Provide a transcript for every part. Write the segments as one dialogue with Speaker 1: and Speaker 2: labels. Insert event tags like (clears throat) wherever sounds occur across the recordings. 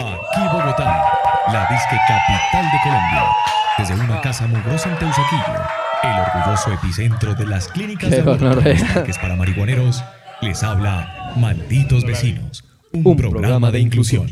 Speaker 1: Aquí Bogotá, la disque capital de Colombia. Desde una casa mugrosa en Teusaquillo, el orgulloso epicentro de las clínicas
Speaker 2: Qué
Speaker 1: de aborto
Speaker 2: gonorrea.
Speaker 1: y los parques para marihuaneros, les habla Malditos Vecinos, un,
Speaker 2: Un
Speaker 1: programa,
Speaker 2: programa
Speaker 1: de
Speaker 2: de
Speaker 1: inclusión.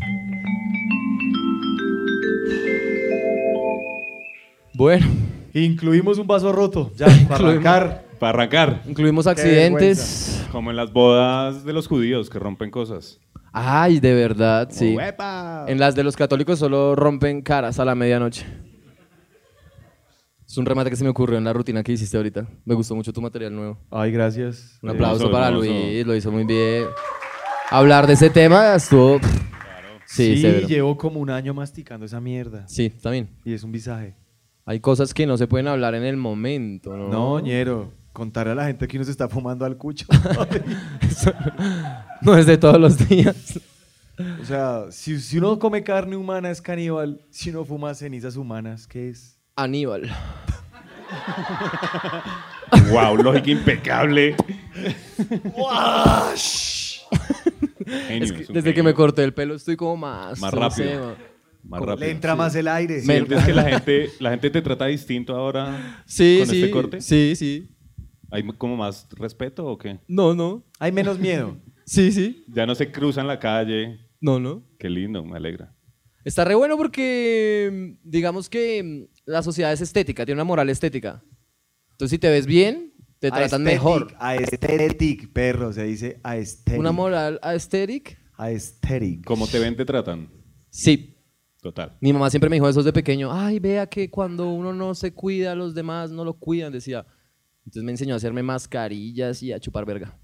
Speaker 2: Bueno,
Speaker 3: Incluimos un vaso roto,
Speaker 2: (laughs)
Speaker 3: ya, para
Speaker 2: Incluimos.
Speaker 3: arrancar.
Speaker 4: Para arrancar,
Speaker 2: incluimos accidentes.
Speaker 4: como en las bodas de los judíos que rompen cosas.
Speaker 2: Ay, de verdad, sí.
Speaker 4: ¡Uepa!
Speaker 2: En las de los católicos solo rompen caras a la medianoche. Es un remate que se me ocurrió en la rutina que hiciste ahorita. Me gustó mucho tu material nuevo.
Speaker 3: Ay, gracias.
Speaker 2: Un aplauso
Speaker 4: hermoso,
Speaker 2: para
Speaker 4: hermoso.
Speaker 2: Luis, lo hizo muy bien. Hablar de ese tema estuvo... Sí,
Speaker 3: Sí,
Speaker 2: severo.
Speaker 3: llevo como un año masticando esa mierda.
Speaker 2: sí, también.
Speaker 3: Y es un visaje.
Speaker 2: Hay cosas que no se pueden hablar en el momento, ¿no? (laughs)
Speaker 3: No, ñero. Contarle a la gente que uno se está fumando al cucho.
Speaker 2: no es de todos los días.
Speaker 3: o sea, si, si uno come carne humana es caníbal. Si uno fuma cenizas humanas, ¿qué es?
Speaker 2: Aníbal.
Speaker 4: ¡Wow! (laughs) Lógica impecable. Genius,
Speaker 2: Es que
Speaker 4: un
Speaker 2: desde que
Speaker 4: genio.
Speaker 2: me corté el pelo estoy como más...
Speaker 4: Más
Speaker 2: no
Speaker 4: rápido.
Speaker 2: sé, ma-
Speaker 4: Más
Speaker 2: como-
Speaker 4: rápido.
Speaker 3: Le entra más el aire.
Speaker 2: Me- (laughs)
Speaker 4: ¿Sientes que la gente, la gente te trata distinto ahora
Speaker 2: Sí,
Speaker 4: con
Speaker 2: sí.
Speaker 4: este corte?
Speaker 2: Sí, sí.
Speaker 4: ¿Hay como más respeto o qué?
Speaker 2: No, no.
Speaker 3: Hay menos miedo.
Speaker 2: Sí, sí.
Speaker 4: Ya no se cruzan la calle.
Speaker 2: No, no.
Speaker 4: Qué lindo, me alegra.
Speaker 2: Está re bueno porque, mm, digamos que mm, la sociedad es estética, tiene una moral estética. Entonces, si te ves bien, (laughs) te tratan
Speaker 3: Aesthetic,
Speaker 2: mejor.
Speaker 3: Aesthetic, perro. Se dice aesthetic.
Speaker 2: Una moral aesthetic.
Speaker 3: Aesthetic.
Speaker 4: ¿Cómo te ven, te tratan?
Speaker 2: Sí.
Speaker 4: Total.
Speaker 2: Mi mamá siempre me dijo eso desde pequeño. Ay, vea que cuando uno no se cuida, los demás no lo cuidan, decía. Entonces me enseñó a hacerme mascarillas y a chupar verga.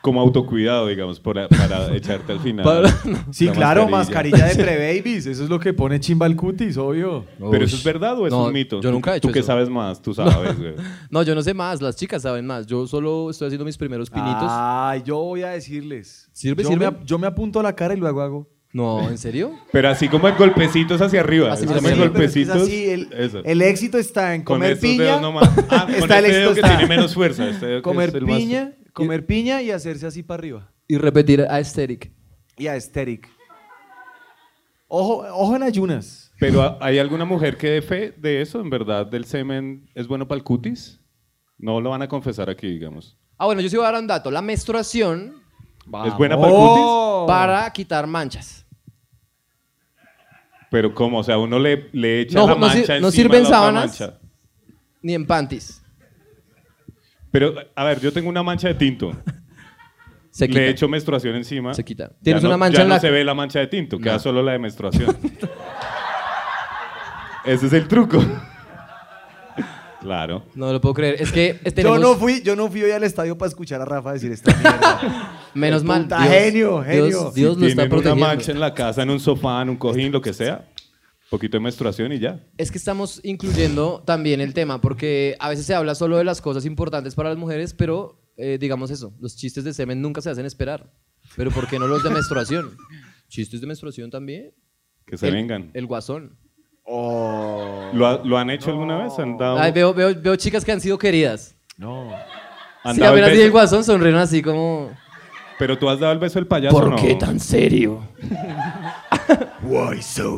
Speaker 4: Como autocuidado, digamos, para, para echarte al final.
Speaker 2: Para-
Speaker 3: Sí,
Speaker 4: la
Speaker 3: claro, mascarilla,
Speaker 2: (laughs)
Speaker 3: de pre-babies. Eso es lo que pone chimba al cutis, obvio.
Speaker 4: ¿Pero eso es verdad o es
Speaker 2: No,
Speaker 4: un mito?
Speaker 2: Yo nunca he hecho
Speaker 4: Tú que
Speaker 2: eso.
Speaker 4: sabes más,
Speaker 2: (laughs)
Speaker 4: tú sabes, güey.
Speaker 2: No, yo no sé más, las chicas saben más. Yo solo estoy haciendo mis primeros pinitos.
Speaker 3: Ay, yo voy a decirles.
Speaker 2: ¿Sirve,
Speaker 3: yo
Speaker 2: sirve?
Speaker 3: Me, ap- yo me apunto a la cara y luego hago.
Speaker 2: No, ¿en serio?
Speaker 4: Pero así como en golpecitos hacia arriba.
Speaker 2: Así
Speaker 4: Así
Speaker 2: como
Speaker 4: como
Speaker 2: en
Speaker 4: en
Speaker 2: Sí,
Speaker 3: pero es que es
Speaker 4: golpecitos.
Speaker 3: así, el,
Speaker 4: eso.
Speaker 3: el éxito está en
Speaker 4: con
Speaker 3: comer
Speaker 4: estos
Speaker 3: piña.
Speaker 4: dedos nomás.
Speaker 3: (laughs)
Speaker 4: Ah, con
Speaker 3: está el
Speaker 4: este dedo
Speaker 3: éxito
Speaker 4: que
Speaker 3: está
Speaker 4: tiene menos fuerza. este dedo que
Speaker 3: comer
Speaker 4: es el más-
Speaker 3: piña, comer piña y hacerse así para arriba.
Speaker 2: Y repetir aesthetic.
Speaker 3: Y aesthetic. Ojo, ojo en ayunas.
Speaker 4: Pero ¿ha- ¿hay alguna mujer que dé fe de eso, en verdad, del semen es bueno para el cutis? No lo van a confesar aquí, digamos.
Speaker 2: Ah, bueno, yo sí voy a dar un dato. La menstruación
Speaker 4: ¿Es buena para el cutis?
Speaker 3: Oh.
Speaker 2: para quitar manchas.
Speaker 4: Pero ¿cómo? O sea, uno le, le echa
Speaker 2: No,
Speaker 4: la
Speaker 2: no sir-
Speaker 4: mancha
Speaker 2: no
Speaker 4: encima
Speaker 2: sirven
Speaker 4: la otra
Speaker 2: sábanas.
Speaker 4: mancha.
Speaker 2: Ni en panties.
Speaker 4: Pero, a ver, yo tengo una mancha de tinto.
Speaker 2: Se quita.
Speaker 4: Le echo menstruación encima.
Speaker 2: Se quita.
Speaker 4: Ya
Speaker 2: Tienes
Speaker 4: no-
Speaker 2: una mancha
Speaker 4: ya
Speaker 2: en
Speaker 4: no
Speaker 2: la-
Speaker 4: se ve la mancha de tinto, queda
Speaker 2: No.
Speaker 4: solo la
Speaker 2: (laughs)
Speaker 4: de menstruación. Ese es el truco. claro.
Speaker 2: No lo puedo creer. Es que es-
Speaker 3: (laughs) Yo
Speaker 2: tenemos...
Speaker 3: no fui, yo no fui hoy al estadio para escuchar a Rafa decir esta
Speaker 4: (laughs)
Speaker 3: mierda.
Speaker 2: Menos mal.
Speaker 3: Puta, genio, genio.
Speaker 2: Dios, Dios lo está
Speaker 4: Tienen una
Speaker 2: protegiendo.
Speaker 4: mancha en la casa, en un sofá, en un cojín, lo que sea. Poquito de menstruación y ya.
Speaker 2: Es que estamos incluyendo también el tema, porque a veces se habla solo de las cosas importantes para las mujeres, pero eh, digamos eso, los chistes de semen nunca se hacen esperar. Pero ¿por qué no los de
Speaker 3: (laughs)
Speaker 2: menstruación? Chistes de menstruación también.
Speaker 4: Que se
Speaker 2: El-
Speaker 4: vengan.
Speaker 2: El guasón.
Speaker 4: ¿Lo, ha- lo han hecho alguna vez? ¿Han dado,
Speaker 2: Ay, veo, veo, veo chicas que han sido queridas.
Speaker 3: No.
Speaker 4: han
Speaker 2: Si
Speaker 4: dado el
Speaker 2: apenas dije el
Speaker 4: beso?
Speaker 2: guasón, sonrieron así como...
Speaker 4: Pero tú has dado el beso del payaso,
Speaker 2: (laughs)
Speaker 4: ¿no?
Speaker 2: serio?
Speaker 3: Why so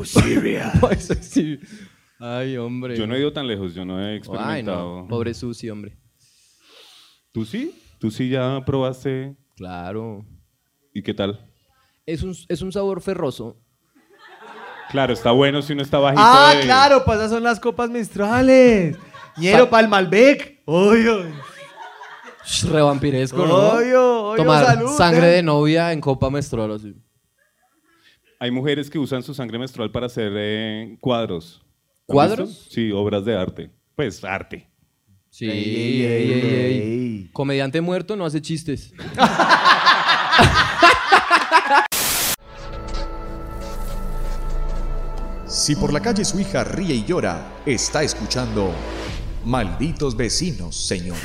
Speaker 4: Pues
Speaker 3: serious?
Speaker 2: Ay, hombre.
Speaker 4: Yo no he ido tan lejos, yo no he
Speaker 2: Ay, no,
Speaker 4: experimentado.
Speaker 2: Pobre Susi, hombre.
Speaker 4: ¿Tú sí? Tú sí ya probaste.
Speaker 2: Claro.
Speaker 4: ¿Y qué tal?
Speaker 2: Es un, es un sabor ferroso.
Speaker 4: Claro, está bueno si uno está bajito.
Speaker 3: Ah,
Speaker 4: de-
Speaker 3: claro, pues esas son las copas menstruales. Ñero para el Malbec. Obvio.
Speaker 2: Sh, Re vampiresco, ¿no?
Speaker 3: Obvio, obvio,
Speaker 2: Tomar
Speaker 3: salud,
Speaker 2: sangre
Speaker 3: eh.
Speaker 2: de novia en copa menstrual. así.
Speaker 4: Hay mujeres que usan su sangre menstrual para hacer eh, cuadros. ¿Han
Speaker 2: ¿Cuadros?
Speaker 4: visto? Sí, obras de arte. Pues arte.
Speaker 2: Sí.
Speaker 3: Ey, ey,
Speaker 2: ey, ey.
Speaker 3: ey.
Speaker 2: Comediante muerto no hace chistes.
Speaker 5: Si por la calle su hija ríe y llora, está escuchando Malditos vecinos, señor.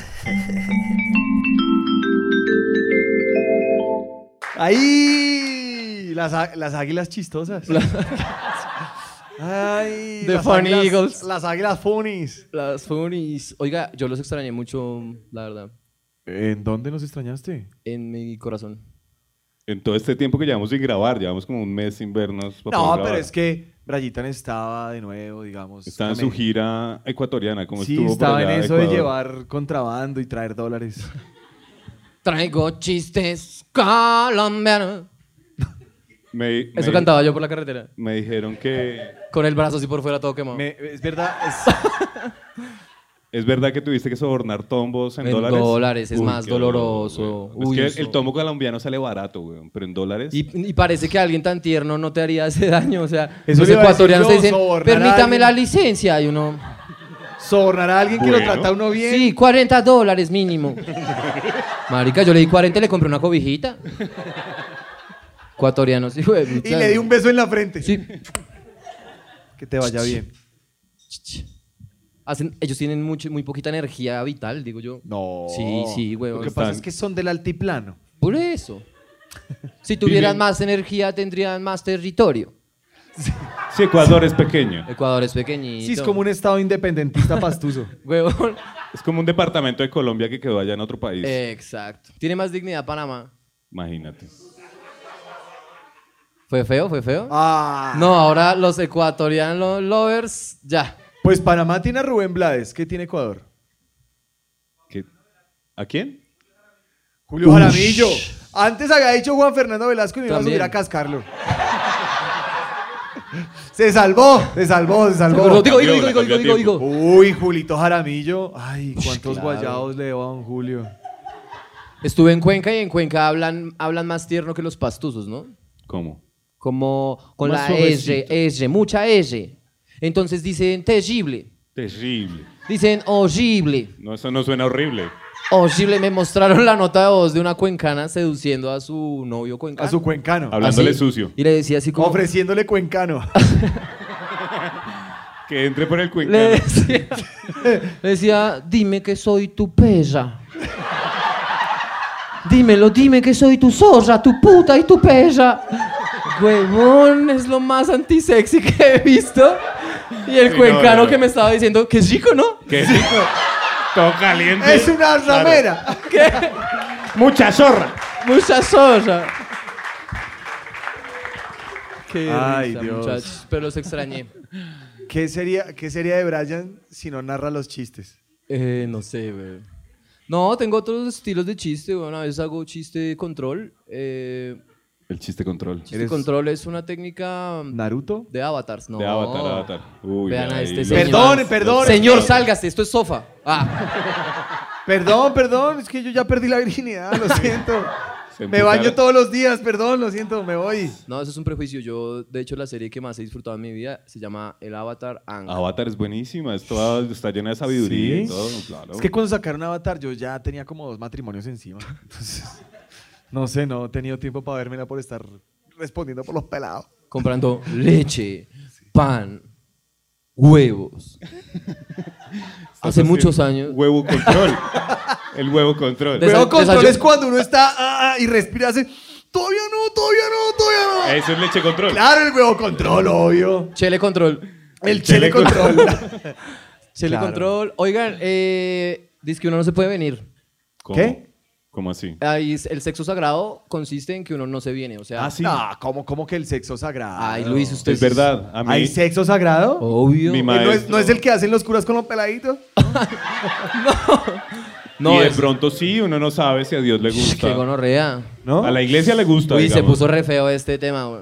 Speaker 3: Ahí. Las, á- las águilas chistosas. Ay,
Speaker 2: The
Speaker 3: las
Speaker 2: Funny
Speaker 3: águilas-
Speaker 2: Eagles.
Speaker 3: Las águilas funnies.
Speaker 2: Las funnies. Oiga, yo los extrañé mucho, la verdad,
Speaker 3: ¿En dónde nos extrañaste?
Speaker 2: en mi corazón.
Speaker 4: En todo este tiempo que llevamos sin grabar, llevamos como un mes sin vernos. para
Speaker 3: No,
Speaker 4: poder
Speaker 3: pero
Speaker 4: grabar.
Speaker 3: es que Rayitan estaba de nuevo, digamos.
Speaker 4: Estaba en su
Speaker 3: también.
Speaker 4: gira ecuatoriana, como
Speaker 3: Sí,
Speaker 4: estuvo por
Speaker 3: estaba en
Speaker 4: allá
Speaker 3: eso de
Speaker 4: Ecuador.
Speaker 3: llevar contrabando y traer dólares.
Speaker 2: Traigo chistes colombianos.
Speaker 4: Me-
Speaker 2: Eso
Speaker 4: me-
Speaker 2: cantaba yo por la carretera.
Speaker 4: Me dijeron que
Speaker 2: Con el brazo así por fuera todo quemado.
Speaker 3: Me- es verdad, es-
Speaker 4: es verdad que tuviste que sobornar tombos en,
Speaker 2: En
Speaker 4: dólares.
Speaker 2: dólares, es más
Speaker 4: qué dolor,
Speaker 2: doloroso.
Speaker 4: weón.
Speaker 2: Uy,
Speaker 4: es
Speaker 2: eso.
Speaker 4: que el tombo colombiano sale barato, weón, pero en dólares.
Speaker 2: Y, y parece que alguien tan tierno no te haría ese daño. O sea,
Speaker 3: Eso
Speaker 2: los
Speaker 3: le iba a decir
Speaker 2: ecuatorianos te
Speaker 3: yo,
Speaker 2: dicen,
Speaker 3: sobornar a
Speaker 2: permítame
Speaker 3: alguien".
Speaker 2: la licencia. Y uno,
Speaker 3: sobornar a alguien que lo
Speaker 4: Bueno.
Speaker 3: trata uno bien.
Speaker 2: sí, 40 dólares
Speaker 3: (laughs)
Speaker 2: mínimo. Marica, yo le di 40 y le compré una cobijita. Ecuatorianos, hijo de
Speaker 3: Y
Speaker 2: puta.
Speaker 3: le di un beso en la frente.
Speaker 2: Sí.
Speaker 3: Que te vaya bien.
Speaker 2: Hacen, ellos tienen mucho, muy poquita energía vital, digo yo.
Speaker 3: No.
Speaker 2: Sí, sí,
Speaker 3: Lo
Speaker 2: weón.
Speaker 3: que pasa es que son del altiplano.
Speaker 2: Por eso. Si tuvieran
Speaker 4: Viven-
Speaker 2: más energía, tendrían más territorio.
Speaker 4: Sí, Ecuador es pequeño.
Speaker 2: Ecuador es pequeñito.
Speaker 3: Sí, es como un estado independentista pastuso.
Speaker 2: Huevón.
Speaker 4: Es como un departamento de Colombia que quedó allá en otro país.
Speaker 2: Eh, Exacto. Tiene más dignidad Panamá.
Speaker 4: Imagínate.
Speaker 2: ¿Fue feo? ¿Fue feo?
Speaker 3: Ah.
Speaker 2: No, ahora los ecuatorianos lovers, ya.
Speaker 3: Pues Panamá tiene a Rubén Blades. ¿Qué tiene Ecuador?
Speaker 4: ¿Qué- ¿A quién?
Speaker 3: Julio Jaramillo. Antes había dicho Juan Fernando Velasco y me iba a
Speaker 2: También.
Speaker 3: subir a cascarlo. (laughs) se salvó, se salvó, se salvó.
Speaker 2: digo, digo,
Speaker 4: cambió,
Speaker 2: digo,
Speaker 4: la
Speaker 2: digo,
Speaker 4: cambió
Speaker 2: digo,
Speaker 4: a
Speaker 2: digo,
Speaker 4: tiempo.
Speaker 2: digo.
Speaker 3: Uy, Julito Jaramillo. Ay, cuántos
Speaker 2: claro.
Speaker 3: guayados le debo a don Julio.
Speaker 2: Estuve en Cuenca y en Cuenca hablan, hablan más tierno que los pastuzos, ¿no?
Speaker 4: ¿Cómo?
Speaker 2: Como con
Speaker 4: Más
Speaker 2: la
Speaker 4: suavecito.
Speaker 2: R, R, mucha R. Entonces dicen terrible.
Speaker 4: Terrible.
Speaker 2: Dicen horrible.
Speaker 4: No, eso no suena horrible.
Speaker 2: Horrible, me mostraron la nota de voz de una cuencana seduciendo a su novio cuencano.
Speaker 3: A su cuencano.
Speaker 4: Habla- hablándole
Speaker 2: Así.
Speaker 4: sucio.
Speaker 2: Y le decía así como...
Speaker 3: Ofreciéndole cuencano.
Speaker 4: Que entre por el
Speaker 2: Le
Speaker 4: cuencano.
Speaker 2: decía, le decía, dime que soy tu perra. Dímelo, dime que soy tu zorra, tu puta y tu perra. Huevón, es lo más antisexy que he visto. Y el
Speaker 4: Sí, no,
Speaker 2: cuencano
Speaker 4: no, no.
Speaker 2: que me estaba diciendo, que es rico, ¿no?
Speaker 4: Qué rico. Todo caliente.
Speaker 3: es una
Speaker 4: Claro.
Speaker 3: ramera.
Speaker 4: Mucha zorra.
Speaker 2: Mucha zorra. Qué
Speaker 3: Ay,
Speaker 2: risa,
Speaker 3: Dios.
Speaker 2: muchachos, pero los extrañé.
Speaker 3: ¿Qué sería, ¿Qué sería de Brian si no narra los chistes?
Speaker 2: Eh, no sé, güey. No, tengo otros estilos de chiste, güey. Una vez hago chiste de control. Eh,
Speaker 4: El chiste control.
Speaker 2: chiste de
Speaker 3: ¿Eres-
Speaker 2: control es una técnica
Speaker 3: ¿Naruto?
Speaker 2: de avatars, ¿no?
Speaker 4: De Avatar, Avatar. Uy,
Speaker 2: Vean a
Speaker 4: ahí
Speaker 2: este
Speaker 4: los-
Speaker 2: señor.
Speaker 3: Perdón, perdón.
Speaker 2: Señor, sálgase, esto es sofa. Ah,
Speaker 3: Perdón, perdón, es que yo ya perdí la virginidad, lo siento.
Speaker 4: Se
Speaker 3: Me
Speaker 4: emputaron.
Speaker 3: baño todos los días, perdón, lo siento, me voy.
Speaker 2: no, eso es un prejuicio. Yo, de hecho, la serie que más he disfrutado en mi vida se llama El Avatar Ang.
Speaker 4: Avatar es buenísima, es toda- está llena de sabiduría
Speaker 3: Sí.
Speaker 4: y todo, claro.
Speaker 3: Es que cuando sacaron Avatar yo ya tenía como dos matrimonios
Speaker 4: (laughs)
Speaker 3: encima. Entonces, no sé, no he tenido tiempo para vérmela por estar respondiendo por los pelados.
Speaker 2: Comprando leche, pan,
Speaker 4: (laughs)
Speaker 2: huevos. Hace muchos años.
Speaker 4: Huevo control. el huevo control.
Speaker 2: Desa-
Speaker 3: Pero control
Speaker 2: desayuno-
Speaker 3: es cuando uno está ah, ah, y respira hace, todavía no, todavía no, todavía no.
Speaker 4: Eso es leche control.
Speaker 3: Claro, el huevo control, obvio.
Speaker 2: Chele control.
Speaker 3: El chile control.
Speaker 2: Chele
Speaker 3: Claro.
Speaker 2: control. Oigan, eh, dice que uno no se puede venir.
Speaker 4: ¿Cómo?
Speaker 3: ¿Qué?
Speaker 4: ¿Cómo así?
Speaker 2: Ahí es- el sexo sagrado consiste en que uno no se viene. O sea,
Speaker 4: (laughs) Ah, sí.
Speaker 3: No, ¿cómo, cómo que el sexo sagrado?
Speaker 2: ay, Luis, usted Oh,
Speaker 4: es verdad. A mí,
Speaker 3: ¿Hay sexo sagrado?
Speaker 2: Obvio.
Speaker 4: Mi
Speaker 3: ¿Y no, es,
Speaker 4: maestro. (laughs)
Speaker 3: no es el que hacen los curas con los peladitos?
Speaker 2: No,
Speaker 4: y de
Speaker 2: es-
Speaker 4: pronto sí, uno no sabe si a Dios le
Speaker 2: Qué
Speaker 4: gusta.
Speaker 2: gonorrea.
Speaker 3: ¿No?
Speaker 4: A la iglesia le gusta.
Speaker 2: Uy, se
Speaker 4: digamos.
Speaker 2: puso re feo este tema, güey.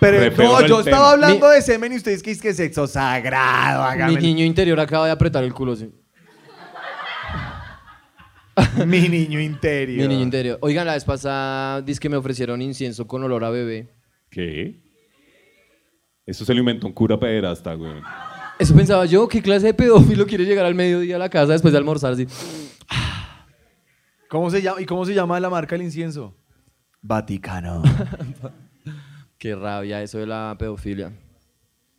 Speaker 4: Re
Speaker 3: Pero
Speaker 4: feo
Speaker 3: no,
Speaker 4: el
Speaker 3: yo
Speaker 4: tema.
Speaker 3: estaba hablando
Speaker 2: Mi-
Speaker 3: de semen y ustedes que es que sexo sagrado,
Speaker 2: Mi
Speaker 3: hágame.
Speaker 2: niño interior acaba de apretar el culo, sí.
Speaker 3: (laughs) Mi niño interior.
Speaker 2: Mi niño interior. Oigan, la vez pasada dice que me ofrecieron incienso con olor a bebé.
Speaker 4: ¿Qué? Eso se lo inventó un cura pederasta, güey.
Speaker 2: Eso pensaba yo, ¿qué clase de pedófilo quiere llegar al mediodía a la casa después de almorzar? Así.
Speaker 3: ¿Cómo se llama? ¿Y cómo se llama la marca del incienso? Vaticano.
Speaker 2: Qué rabia eso de la pedofilia.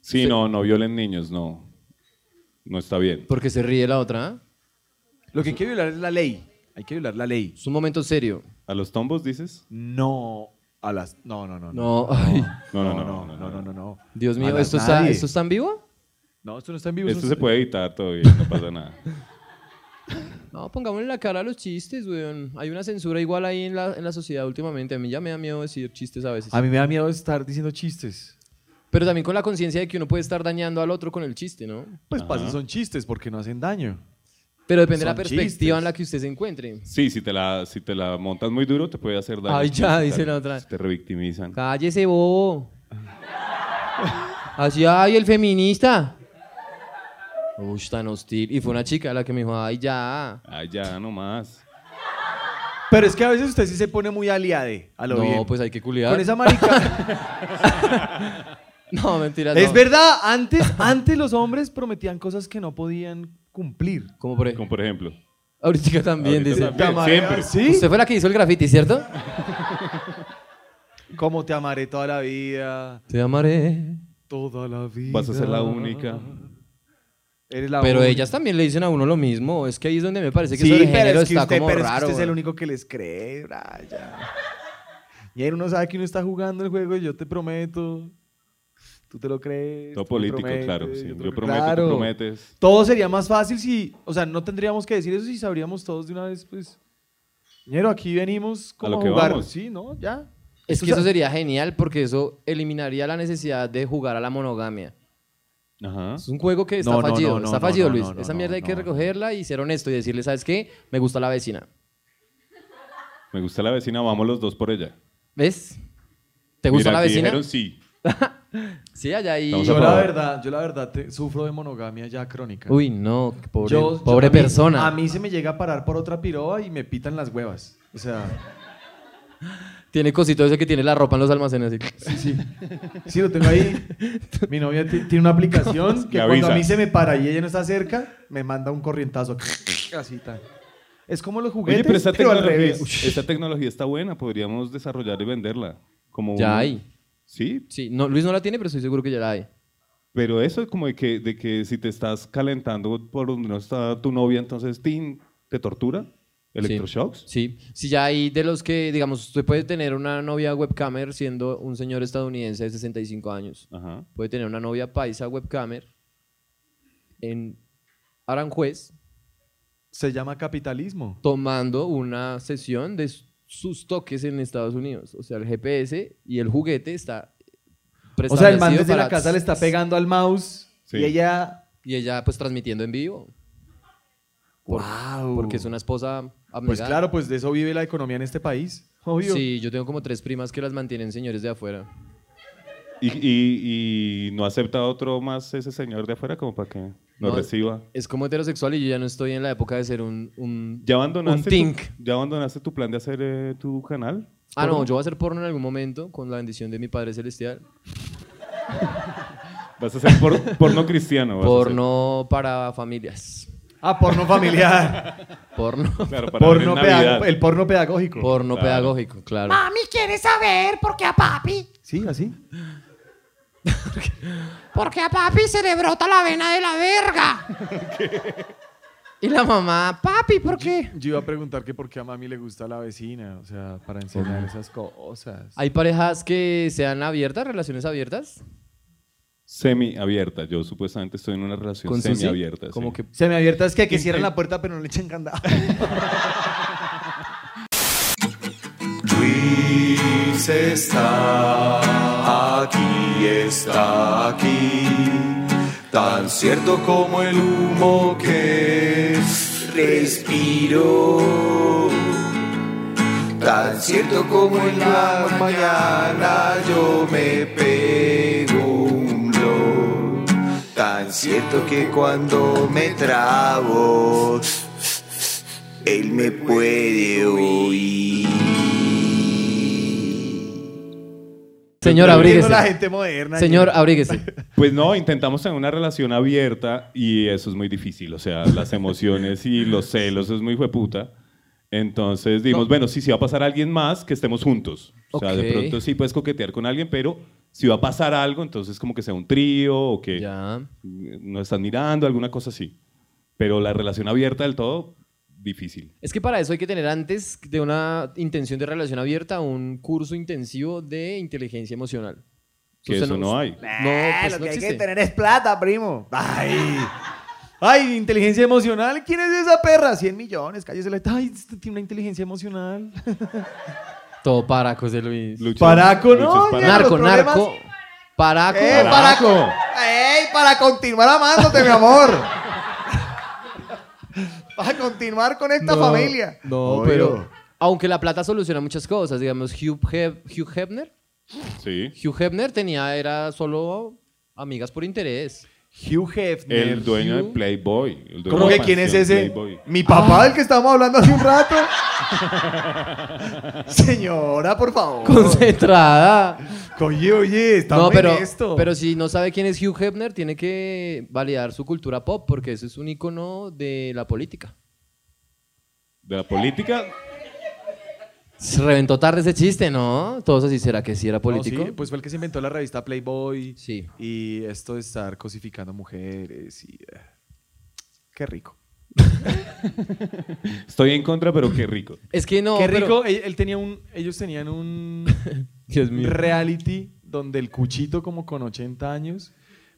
Speaker 4: Sí, no, no violen niños, no. No está bien.
Speaker 2: Porque se ríe la otra. ¿ah?
Speaker 3: Lo que hay que violar es la ley. Hay que violar la ley.
Speaker 2: Es un momento serio.
Speaker 4: ¿A los tombos dices?
Speaker 3: No a las. No, no, no.
Speaker 2: No, ay,
Speaker 4: No, no,
Speaker 3: no,
Speaker 4: no.
Speaker 3: no, no, no, no, no.
Speaker 2: Dios
Speaker 3: A
Speaker 2: mío,
Speaker 3: las
Speaker 2: ¿esto está,
Speaker 3: nadie.
Speaker 2: ¿esto está en vivo?
Speaker 3: No, esto no está en vivo.
Speaker 4: Esto
Speaker 3: eso
Speaker 4: se
Speaker 3: no-
Speaker 4: puede editar todavía, no pasa
Speaker 2: (laughs)
Speaker 4: nada.
Speaker 2: No, pongámosle la cara a los chistes, weón. Hay una censura igual ahí en la, en la sociedad últimamente. A mí ya me da miedo decir chistes a veces.
Speaker 3: A mí me da miedo estar diciendo chistes.
Speaker 2: Pero también con la conciencia de que uno puede estar dañando al otro con el chiste, ¿no?
Speaker 3: Pues pasa, son chistes porque no hacen daño.
Speaker 2: Pero depende de la
Speaker 3: Son
Speaker 2: perspectiva
Speaker 3: chistes.
Speaker 2: en la que usted se encuentre.
Speaker 4: Sí, si te la, si te la montas muy duro, te puede hacer daño.
Speaker 2: Ay, ya,
Speaker 4: Si te-
Speaker 2: dice la otra.
Speaker 4: si te revictimizan.
Speaker 2: Cállese, bobo. Así, ay, el feminista. Uy, tan hostil. Y fue una chica la que me dijo, ay, ya.
Speaker 4: Ay, ya, nomás.
Speaker 3: Pero es que a veces usted sí se pone muy aliade a lo
Speaker 2: no,
Speaker 3: bien.
Speaker 2: pues hay que culiar.
Speaker 3: Con esa marica.
Speaker 2: (laughs)
Speaker 3: (laughs)
Speaker 2: No, mentira.
Speaker 3: es
Speaker 2: no.
Speaker 3: verdad, antes, antes los hombres prometían cosas que no podían cumplir.
Speaker 2: Como por e-
Speaker 4: Como por ejemplo.
Speaker 2: Ahorita también
Speaker 4: Ahorita
Speaker 2: dice.
Speaker 4: también. siempre.
Speaker 3: ¿Sí?
Speaker 2: Usted fue la que hizo el graffiti, ¿cierto?
Speaker 3: Como te amaré toda la vida.
Speaker 2: Te amaré.
Speaker 3: Toda la vida.
Speaker 4: Vas a ser la única.
Speaker 3: Eres la
Speaker 2: Pero
Speaker 3: única.
Speaker 2: ellas también le dicen a uno lo mismo. Es que ahí es donde me parece que
Speaker 3: Sí,
Speaker 2: eso del
Speaker 3: pero
Speaker 2: género
Speaker 3: es que
Speaker 2: está
Speaker 3: usted,
Speaker 2: como
Speaker 3: pero es que
Speaker 2: raro.
Speaker 3: usted es el
Speaker 2: güey.
Speaker 3: único que les cree, Brian. Y ahí uno sabe que uno está jugando el juego y yo te prometo. Tú te lo crees.
Speaker 4: Todo
Speaker 3: tú me
Speaker 4: político,
Speaker 3: prometes,
Speaker 4: claro. sí. Yo
Speaker 3: te
Speaker 4: prometo,
Speaker 3: lo-
Speaker 4: tú
Speaker 3: Claro.
Speaker 4: prometes.
Speaker 3: Todo sería más fácil si, o sea, no tendríamos que decir eso si sabríamos todos de una vez, pues. Ñero, aquí venimos como
Speaker 4: lo
Speaker 3: a
Speaker 4: que
Speaker 3: jugar.
Speaker 4: vamos.
Speaker 3: Sí, ¿no? Ya.
Speaker 2: Es que eso sería genial porque eso eliminaría la necesidad de jugar a la monogamia.
Speaker 4: Ajá.
Speaker 2: Es un juego que está
Speaker 3: No, no,
Speaker 2: fallido,
Speaker 3: no, no,
Speaker 2: está
Speaker 3: no,
Speaker 2: fallido,
Speaker 3: no,
Speaker 2: Luis.
Speaker 3: no, no,
Speaker 2: Esa mierda hay
Speaker 3: no,
Speaker 2: que
Speaker 3: no.
Speaker 2: recogerla y ser honesto y decirle, ¿sabes qué? Me gusta la vecina.
Speaker 4: Me gusta la vecina, vamos los dos por ella.
Speaker 2: ¿Ves? ¿Te gusta la
Speaker 4: Mira, aquí
Speaker 2: vecina?
Speaker 4: Dijeron sí.
Speaker 2: Sí, allá ahí.
Speaker 4: Vamos a
Speaker 3: Yo
Speaker 4: probar.
Speaker 3: la verdad, yo la verdad te- sufro de monogamia ya crónica.
Speaker 2: Uy, no, qué pobre,
Speaker 3: Yo- yo-
Speaker 2: pobre
Speaker 3: a mí-
Speaker 2: persona.
Speaker 3: a mí se me llega a parar por otra piroba y me pitan las huevas. O sea,
Speaker 2: Tiene cosito ese que tiene la ropa en los almacenes. así.
Speaker 3: sí lo
Speaker 2: (laughs)
Speaker 3: tengo ahí. Mi novia ti- tiene una aplicación que
Speaker 4: Le
Speaker 3: cuando
Speaker 4: avisa.
Speaker 3: a mí se me para y ella no está cerca, me manda un corrientazo. Así tal. Es como los juguetes,
Speaker 4: Oye, pero esta
Speaker 3: pero al
Speaker 4: tecnología,
Speaker 3: revés.
Speaker 4: esta tecnología está buena, podríamos desarrollar y venderla. Como
Speaker 2: Ya
Speaker 4: un-
Speaker 2: hay.
Speaker 4: Sí,
Speaker 2: Sí, no, Luis no la tiene, pero estoy seguro que ya la hay.
Speaker 4: pero eso es como de que, de que si te estás calentando por donde no está tu novia, entonces tin, te tortura. Electroshocks.
Speaker 2: Sí, sí, ya hay de los que, digamos, usted puede tener una novia webcamer siendo un señor estadounidense de 65 años.
Speaker 4: Ajá.
Speaker 2: Puede tener una novia paisa webcamer en Aranjuez
Speaker 3: Se llama capitalismo.
Speaker 2: tomando una sesión de s- sus toques en Estados Unidos. O sea, el GPS y el juguete está
Speaker 3: O sea, el man
Speaker 2: preestablecido
Speaker 3: desde la
Speaker 2: para-
Speaker 3: casa le está pegando al mouse
Speaker 4: Sí.
Speaker 3: y ella...
Speaker 2: Y ella pues transmitiendo en vivo. Por-
Speaker 3: Wow.
Speaker 2: Porque es una esposa abnegada.
Speaker 3: Pues claro, pues de eso vive la economía en este país. Obvio.
Speaker 2: Sí, yo tengo como tres primas que las mantienen señores de afuera.
Speaker 4: Y, y- y no acepta otro más ese señor de afuera como para que nos
Speaker 2: No.
Speaker 4: reciba.
Speaker 2: Es como heterosexual y yo ya no estoy en la época de ser un... un-
Speaker 4: ¿Ya abandonaste,
Speaker 2: Un think.
Speaker 4: Tu, ¿Ya abandonaste tu plan de hacer eh, tu canal?
Speaker 2: Ah, no, yo voy a hacer porno en algún momento con la bendición de mi Padre Celestial.
Speaker 4: Vas a
Speaker 2: (laughs)
Speaker 4: hacer por- porno cristiano. vas a hacer.
Speaker 2: Porno para familias.
Speaker 3: Ah, porno familiar.
Speaker 2: Porno.
Speaker 4: Claro, (laughs) para
Speaker 3: porno
Speaker 4: abrir Navidad.
Speaker 3: pedag- el porno pedagógico.
Speaker 2: Porno pedagógico, claro.
Speaker 6: Mami quiere saber por qué a papi,
Speaker 3: sí,
Speaker 2: (laughs)
Speaker 3: así.
Speaker 6: por qué a papi se le brota la vena de la verga.
Speaker 4: (laughs)
Speaker 2: Y la mamá, papi, ¿por qué?
Speaker 3: Yo iba a preguntar que por qué a mami le gusta la vecina, o sea, para enseñar esas cosas.
Speaker 2: ¿Hay parejas que sean abiertas, relaciones abiertas?
Speaker 4: Semiabierta. Yo supuestamente estoy en una relación
Speaker 2: Susi?
Speaker 4: semiabierta. sí.
Speaker 2: Como que...
Speaker 3: Se me abierta es que, que
Speaker 4: Inten-
Speaker 3: cierran la puerta pero no le echan candado.
Speaker 7: Luis está aquí, está aquí, tan cierto como el humo que respiro. Tan cierto como en la mañana yo me pego un blow. Tan cierto que cuando me trabo, él me puede oír.
Speaker 2: Señor,
Speaker 3: Viendo
Speaker 2: abríguese.
Speaker 3: la gente moderna.
Speaker 2: Señor, abríguese.
Speaker 4: Pues no, intentamos tener una relación abierta y eso es muy difícil. O sea,
Speaker 2: (laughs)
Speaker 4: las emociones y los celos es muy hueputa. Entonces dijimos, bueno, si se va a pasar alguien más, que estemos juntos. O sea, de
Speaker 2: Ok.
Speaker 4: pronto sí puedes coquetear con alguien, pero si va a pasar algo, entonces como que sea un trío o que
Speaker 2: Ya.
Speaker 4: nos están mirando, alguna cosa así. Pero la relación abierta del todo, difícil.
Speaker 2: Es que para eso hay que tener antes de una intención de relación abierta un curso intensivo de inteligencia emocional.
Speaker 4: Que
Speaker 2: Usted
Speaker 4: eso no hay.
Speaker 2: No, pues
Speaker 3: Eh,
Speaker 2: no
Speaker 3: lo que hay
Speaker 2: existe.
Speaker 3: que tener es plata, primo. Ay. (laughs) Ay, inteligencia emocional. ¿Quién es esa perra? 100 millones, cállese. Ay, este tiene una inteligencia emocional. (laughs)
Speaker 2: Todo para José Luis.
Speaker 4: Lucho-
Speaker 3: Paraco,
Speaker 4: Lucho es
Speaker 3: no,
Speaker 4: paraco.
Speaker 3: ya
Speaker 2: Narco,
Speaker 3: los problemas-
Speaker 2: narco. Paraco.
Speaker 3: ¡Eh,
Speaker 2: paraco.
Speaker 3: paraco! ¡Ey, para continuar amándote, mi (laughs) amor! Para continuar con esta
Speaker 2: No,
Speaker 3: familia.
Speaker 2: No,
Speaker 3: Obvio.
Speaker 2: pero. Aunque la plata soluciona muchas cosas, digamos, Hugh, Heb- Hugh Hebner.
Speaker 4: Sí.
Speaker 2: Hugh Hebner tenía, era solo amigas por interés.
Speaker 3: Hugh Hefner.
Speaker 4: El dueño de
Speaker 2: Hugh.
Speaker 4: Playboy. el dueño
Speaker 3: ¿Cómo
Speaker 4: de
Speaker 3: que quién es
Speaker 4: Mansión
Speaker 3: ese?
Speaker 4: Playboy.
Speaker 3: Mi papá, del que estábamos hablando hace un rato. (laughs) Señora, por favor.
Speaker 2: Concentrada.
Speaker 3: Oye, oye, está
Speaker 2: no,
Speaker 3: muy
Speaker 2: pero,
Speaker 3: esto.
Speaker 2: pero si no sabe quién es Hugh Hefner, tiene que validar su cultura pop, porque ese es un icono de la política.
Speaker 4: De la política.
Speaker 2: Se reventó tarde ese chiste, ¿no? Todos así, ¿será que sí era político?
Speaker 3: sí, pues fue el que se inventó la revista Playboy.
Speaker 2: Sí.
Speaker 3: Y esto de estar cosificando mujeres y... eh, Qué rico.
Speaker 4: Estoy en contra, pero qué rico.
Speaker 2: Es que no.
Speaker 3: Qué
Speaker 2: pero-
Speaker 3: rico. Él, él tenía un, ellos tenían un
Speaker 2: (laughs) Dios mío.
Speaker 3: reality donde el cuchito, como con 80 años,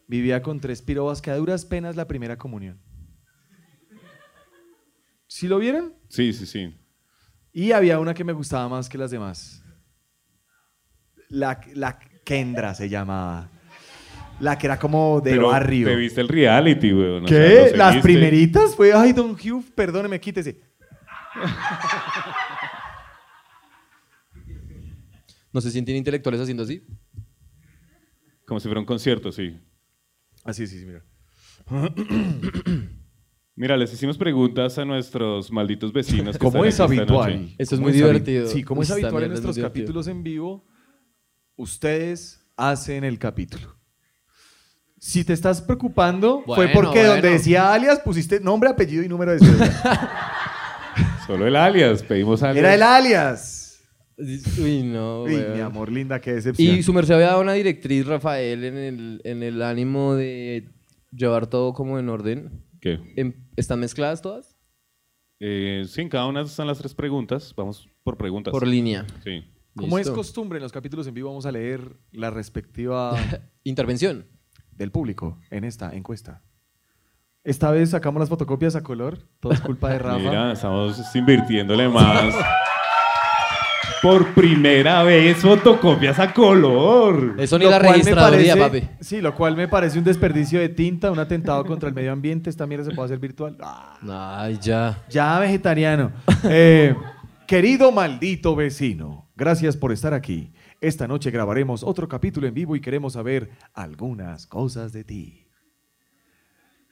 Speaker 3: vivía con tres pirobas que a duras penas la primera comunión. ¿Sí lo vieron?
Speaker 4: Sí, sí, sí.
Speaker 3: Y había una que me gustaba más que las demás. La, la Kendra se llamaba. La que era como de
Speaker 4: Pero
Speaker 3: barrio.
Speaker 4: Te viste el reality, weón. o
Speaker 3: ¿Qué?
Speaker 4: sea, lo seguiste.
Speaker 3: ¿Las primeritas? Fue, ay, don Hugh, perdóneme, quítese.
Speaker 2: ¿No se sienten intelectuales haciendo así?
Speaker 4: Como si fuera un concierto, sí.
Speaker 3: Así, Ah, sí, sí, mira.
Speaker 4: Mira, les hicimos preguntas a nuestros malditos vecinos. que
Speaker 3: Como
Speaker 4: están
Speaker 3: es
Speaker 4: aquí esta noche.
Speaker 3: habitual.
Speaker 2: Esto es
Speaker 3: como
Speaker 2: muy
Speaker 3: habi-
Speaker 2: divertido.
Speaker 3: Sí, como es
Speaker 2: Esta
Speaker 3: habitual en
Speaker 2: mierda es
Speaker 3: nuestros
Speaker 2: muy divertido.
Speaker 3: capítulos en vivo, ustedes hacen el capítulo. Si te estás preocupando, fue
Speaker 2: Bueno,
Speaker 3: porque donde
Speaker 2: bueno.
Speaker 3: decía alias pusiste nombre, apellido y número
Speaker 2: (laughs)
Speaker 3: de cédula.
Speaker 4: Solo el alias, pedimos alias.
Speaker 3: Era el alias.
Speaker 2: Uy, no.
Speaker 3: Uy,
Speaker 2: weón.
Speaker 3: mi amor linda, qué decepción.
Speaker 2: Oh, Y su merced había dado una directriz, Rafael, en el, en el ánimo de llevar todo como en orden.
Speaker 4: ¿Qué?
Speaker 2: Em- ¿Están mezcladas todas?
Speaker 4: Eh, sí, en cada una están las tres preguntas. Vamos por preguntas.
Speaker 2: Por línea.
Speaker 4: sí.
Speaker 3: Como Pues es
Speaker 2: Listo.
Speaker 3: costumbre en los capítulos en vivo, vamos a leer
Speaker 2: (laughs)
Speaker 3: la respectiva
Speaker 2: Intervención.
Speaker 3: del público en esta encuesta. Esta vez sacamos las fotocopias a color. Todo es culpa
Speaker 4: (laughs)
Speaker 3: de Rafa.
Speaker 4: Mira, estamos
Speaker 3: (laughs)
Speaker 4: invirtiéndole más. Por primera vez, fotocopias a color.
Speaker 2: Eso ni
Speaker 3: Lo
Speaker 2: la
Speaker 3: cual me
Speaker 2: registraduría,
Speaker 3: parece-
Speaker 2: papi.
Speaker 3: Sí, lo cual me parece un desperdicio de tinta, un atentado contra el medio ambiente. Esta mierda se puede hacer virtual. Ah,
Speaker 2: Ay, ya.
Speaker 3: ya,
Speaker 2: (laughs)
Speaker 3: vegetariano. Eh, querido maldito vecino, gracias por estar aquí. Esta noche grabaremos otro capítulo en vivo y queremos saber algunas cosas de ti.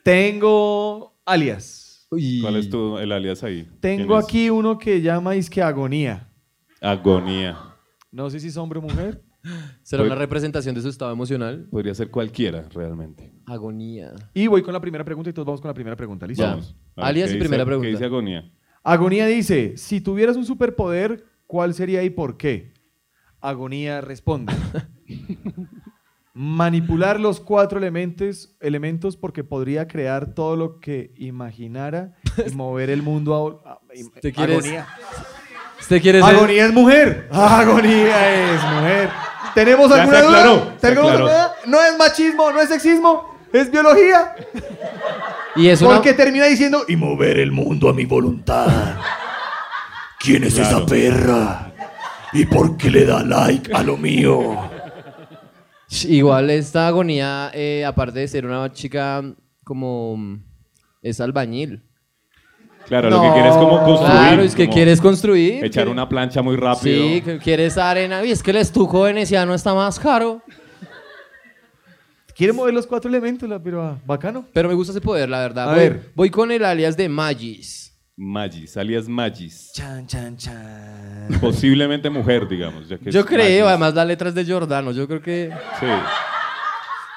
Speaker 3: Tengo alias.
Speaker 2: Uy.
Speaker 4: ¿Cuál es tu, el alias ahí?
Speaker 3: Tengo
Speaker 4: ¿Quién es?
Speaker 3: aquí uno que llama Isque Agonía.
Speaker 4: Agonía.
Speaker 3: No sé si es hombre o mujer.
Speaker 2: ¿Será
Speaker 4: Voy-
Speaker 2: una representación de su estado emocional?
Speaker 4: Podría ser cualquiera, realmente.
Speaker 2: Agonía.
Speaker 3: Y voy con la primera pregunta y todos vamos con la primera pregunta. ¿Listo?
Speaker 2: Ya.
Speaker 4: Vamos. A ver,
Speaker 2: Alias
Speaker 4: ¿qué
Speaker 2: y
Speaker 4: dice-
Speaker 2: primera
Speaker 4: ¿Qué
Speaker 2: pregunta.
Speaker 4: dice agonía?
Speaker 3: Agonía dice, si tuvieras un superpoder, ¿cuál sería y por qué? Agonía responde. Manipular los cuatro elementos, elementos porque podría crear todo lo que imaginara
Speaker 4: (laughs)
Speaker 3: y mover el mundo a... a- a-
Speaker 2: ¿Te quieres-
Speaker 3: Agonía.
Speaker 2: ¿Usted quiere ser-
Speaker 3: Agonía es mujer. Agonía es mujer. ¿Tenemos
Speaker 4: Ya
Speaker 3: alguna
Speaker 4: se aclaró,
Speaker 3: duda?
Speaker 4: se
Speaker 3: ¿Tenemos
Speaker 4: aclaró.
Speaker 3: alguna duda? No es machismo, no es sexismo, es biología.
Speaker 2: Y es una...
Speaker 3: Porque termina diciendo, y mover el mundo a mi
Speaker 7: Voluntad. ¿Quién es
Speaker 4: Claro.
Speaker 7: esa perra? ¿Y por qué le da like a lo mío?
Speaker 2: Sh, Igual esta agonía, eh, aparte de ser una chica como... mm, Es albañil.
Speaker 4: Claro, lo que quieres es como construir.
Speaker 2: Claro, es que
Speaker 4: como
Speaker 2: quieres construir.
Speaker 4: Echar
Speaker 2: que-
Speaker 4: una plancha muy rápido.
Speaker 2: Sí, que quieres arena. Y es que el estuco veneciano está más caro.
Speaker 3: Quiere mover los cuatro elementos, la piroa. Bacano.
Speaker 2: Pero me gusta ese poder, la verdad.
Speaker 3: A
Speaker 2: voy,
Speaker 3: ver.
Speaker 2: voy con el alias de Magis.
Speaker 4: Magis, alias Magis.
Speaker 3: Chan, chan, chan.
Speaker 4: Posiblemente mujer, digamos. ya que
Speaker 2: Yo
Speaker 4: es
Speaker 2: creo,
Speaker 4: Magis.
Speaker 2: además las letras de Giordano. Yo creo que.
Speaker 4: Sí.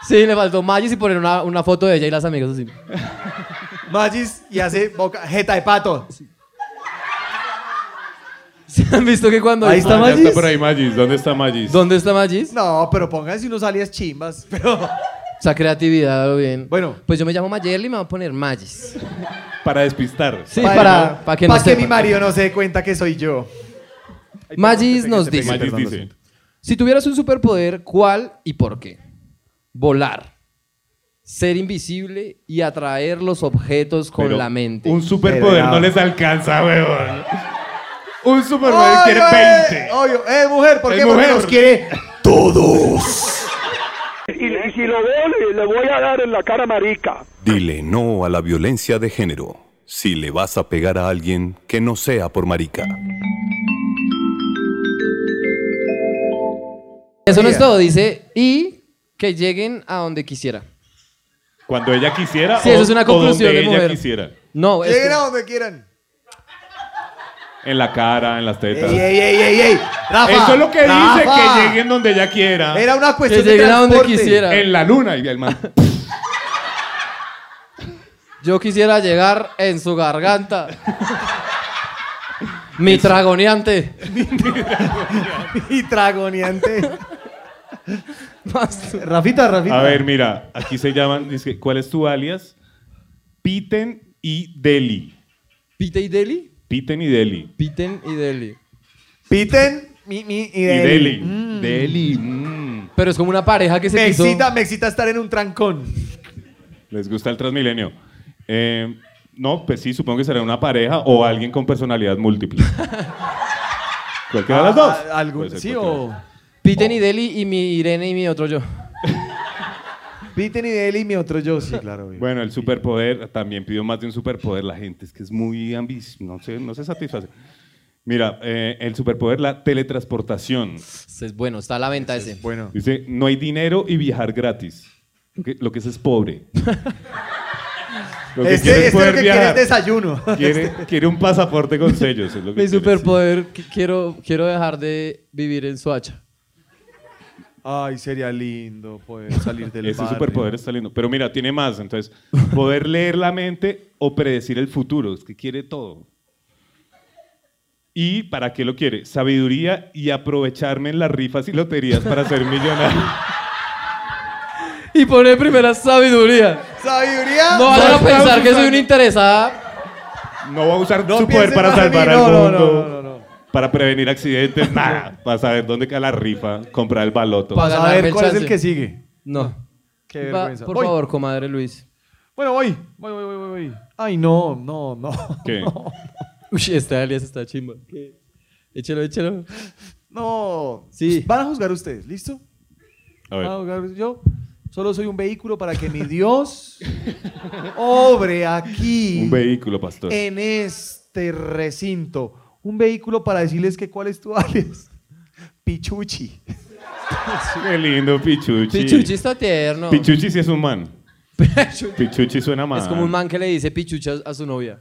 Speaker 2: Sí, le faltó Magis y poner una, una foto de ella y las amigas así. (laughs)
Speaker 3: Magis y hace boca, jeta de pato.
Speaker 2: ¿Se han visto que cuando.
Speaker 3: Ahí está
Speaker 4: Ah, ya
Speaker 3: Magis.
Speaker 4: por ahí Magis. ¿Dónde está Magis?
Speaker 2: ¿Dónde está Magis?
Speaker 3: No, pero pónganse unos alias chimbas. Pero
Speaker 2: O sea, creatividad, lo bien.
Speaker 3: Bueno.
Speaker 2: Pues yo me llamo Mayerly y me voy a poner Magis.
Speaker 4: Para despistar.
Speaker 3: (laughs)
Speaker 2: Sí, para, para que no
Speaker 3: pa' que
Speaker 2: sepa.
Speaker 3: mi marido no se dé cuenta que soy yo.
Speaker 2: Magis nos dice.
Speaker 4: Magis
Speaker 3: perdón, lo
Speaker 4: dice.
Speaker 3: siento.
Speaker 2: Si tuvieras un superpoder, ¿cuál y por qué? Volar, ser invisible y atraer los objetos con
Speaker 4: Pero
Speaker 2: la mente.
Speaker 4: Un superpoder
Speaker 3: Pero-
Speaker 4: no les alcanza, weón. Un superpoder
Speaker 3: Obvio,
Speaker 4: quiere
Speaker 3: eh,
Speaker 4: 20.
Speaker 3: Obvio, eh, mujer, ¿por
Speaker 4: Es
Speaker 3: qué? Porque
Speaker 4: mujer.
Speaker 3: nos quiere.
Speaker 8: Y, y si lo veo, le, le voy a dar en la cara marica.
Speaker 7: Dile no a la violencia de género. Si le vas a pegar a alguien, que no sea por marica.
Speaker 2: Eso no es todo, dice, y que lleguen a donde quisiera.
Speaker 4: Cuando ella quisiera.
Speaker 2: Sí,
Speaker 4: o-
Speaker 2: eso es una
Speaker 4: o
Speaker 2: conclusión
Speaker 4: donde
Speaker 2: de
Speaker 4: ella
Speaker 2: mujer.
Speaker 4: quisiera.
Speaker 2: No, es
Speaker 3: Lleguen
Speaker 2: que-
Speaker 3: a donde quieran.
Speaker 4: En la cara, en las tetas.
Speaker 3: Ey, ey, ey, ey, ey. Rafa.
Speaker 4: Eso es lo que dice,
Speaker 3: Rafa.
Speaker 4: que lleguen donde ella quiera.
Speaker 3: Era una
Speaker 2: que
Speaker 3: cuestión de
Speaker 2: lleguen a
Speaker 3: transporte.
Speaker 2: donde quisiera.
Speaker 4: En la luna. Y el man,
Speaker 2: Yo quisiera llegar en su garganta. Mi tragoneante.
Speaker 3: (laughs) Y tragoneante.
Speaker 2: Más-
Speaker 3: Rafita, Rafita.
Speaker 4: A ver, mira, aquí se llaman, dice, ¿cuál es tu alias? Piten y Deli.
Speaker 2: Pite y Deli.
Speaker 4: Piten y Deli.
Speaker 2: Piten y Deli.
Speaker 3: Piten, mi, eh, mi y
Speaker 4: Y
Speaker 3: Deli.
Speaker 4: Deli.
Speaker 3: Mm.
Speaker 4: Deli. mm.
Speaker 2: Pero es como una pareja que se
Speaker 3: Me
Speaker 2: quiso-
Speaker 3: excita, me excita estar en un trancón.
Speaker 4: Les gusta el Transmilenio. Eh, no, pues sí, supongo que será una pareja o alguien con
Speaker 3: (laughs)
Speaker 4: personalidad múltiple. Cualquiera de las dos.
Speaker 3: Ah, algún-
Speaker 4: Puede ser
Speaker 3: sí,
Speaker 4: cualquiera.
Speaker 3: o.
Speaker 2: Piten y Deli y mi Irene y mi otro yo.
Speaker 3: Piten y Deli y mi otro yo. Sí, claro. obvio.
Speaker 4: Bueno, el superpoder, también pidió más de un superpoder la gente, es que es muy ambicioso, no se, no se satisface. Mira, eh, el superpoder, la teletransportación.
Speaker 2: Ese Es bueno, está a la venta ese.
Speaker 3: Bueno.
Speaker 4: Dice, no hay dinero y viajar gratis. Lo que, lo que es es pobre. (laughs) Lo que
Speaker 3: Este, este
Speaker 4: quiere
Speaker 3: es lo que quiere es
Speaker 4: (laughs)
Speaker 3: desayuno.
Speaker 4: Quiere, quiere un pasaporte con sellos. es lo que
Speaker 2: Mi
Speaker 4: quiere,
Speaker 2: superpoder, que quiero, quiero dejar de vivir en Soacha.
Speaker 3: Ay, sería lindo poder salir
Speaker 4: sí.
Speaker 3: del
Speaker 4: Ese
Speaker 3: barrio.
Speaker 4: superpoder está lindo. Pero mira, tiene más. Entonces, poder leer la mente o predecir el futuro. Es que quiere todo. ¿Y para qué lo quiere? Sabiduría y aprovecharme en las rifas y loterías para ser millonario.
Speaker 2: Y poner primera sabiduría.
Speaker 3: ¡Sabiduría!
Speaker 2: No vayan a
Speaker 4: estamos
Speaker 2: pensar que soy
Speaker 4: usando-
Speaker 2: una interesada.
Speaker 4: No va a usar
Speaker 3: No
Speaker 4: su poder
Speaker 3: piensen
Speaker 4: para
Speaker 3: más en
Speaker 4: salvar
Speaker 3: mí,
Speaker 4: al
Speaker 3: no, no,
Speaker 4: mundo.
Speaker 3: no, no, no, no.
Speaker 4: Para prevenir accidentes, nada. Para saber dónde queda la rifa, comprar el baloto.
Speaker 2: Pa-
Speaker 3: A
Speaker 2: ganarme
Speaker 3: ver,
Speaker 2: el
Speaker 3: ¿cuál es el
Speaker 2: chance.
Speaker 3: que sigue?
Speaker 2: No.
Speaker 3: Qué
Speaker 2: Va,
Speaker 3: vergüenza.
Speaker 2: por
Speaker 3: Voy.
Speaker 2: favor, comadre Luis.
Speaker 3: Bueno, voy. Voy, voy, voy, voy, voy. Ay, no, no, no.
Speaker 4: ¿Qué?
Speaker 2: Uy, esta alias está chimba. ¿Qué? Échelo, échelo.
Speaker 3: (laughs) No. Pues,
Speaker 2: Sí.
Speaker 3: Van a juzgar ustedes, ¿listo?
Speaker 4: A ver.
Speaker 3: Van a juzgar- Yo solo soy un vehículo para que mi
Speaker 4: (laughs)
Speaker 3: Dios obre aquí
Speaker 4: Un vehículo, pastor.
Speaker 3: en este recinto. Un vehículo para decirles que cuál es tu (laughs) alias. Pichuchi.
Speaker 4: Qué lindo, Pichuchi.
Speaker 2: Pichuchi está tierno. (laughs)
Speaker 4: Pichuchi sí es un man.
Speaker 2: Pichuchi.
Speaker 4: Pichuchi suena mal.
Speaker 2: Es como un man que le dice pichuchi a, a su novia.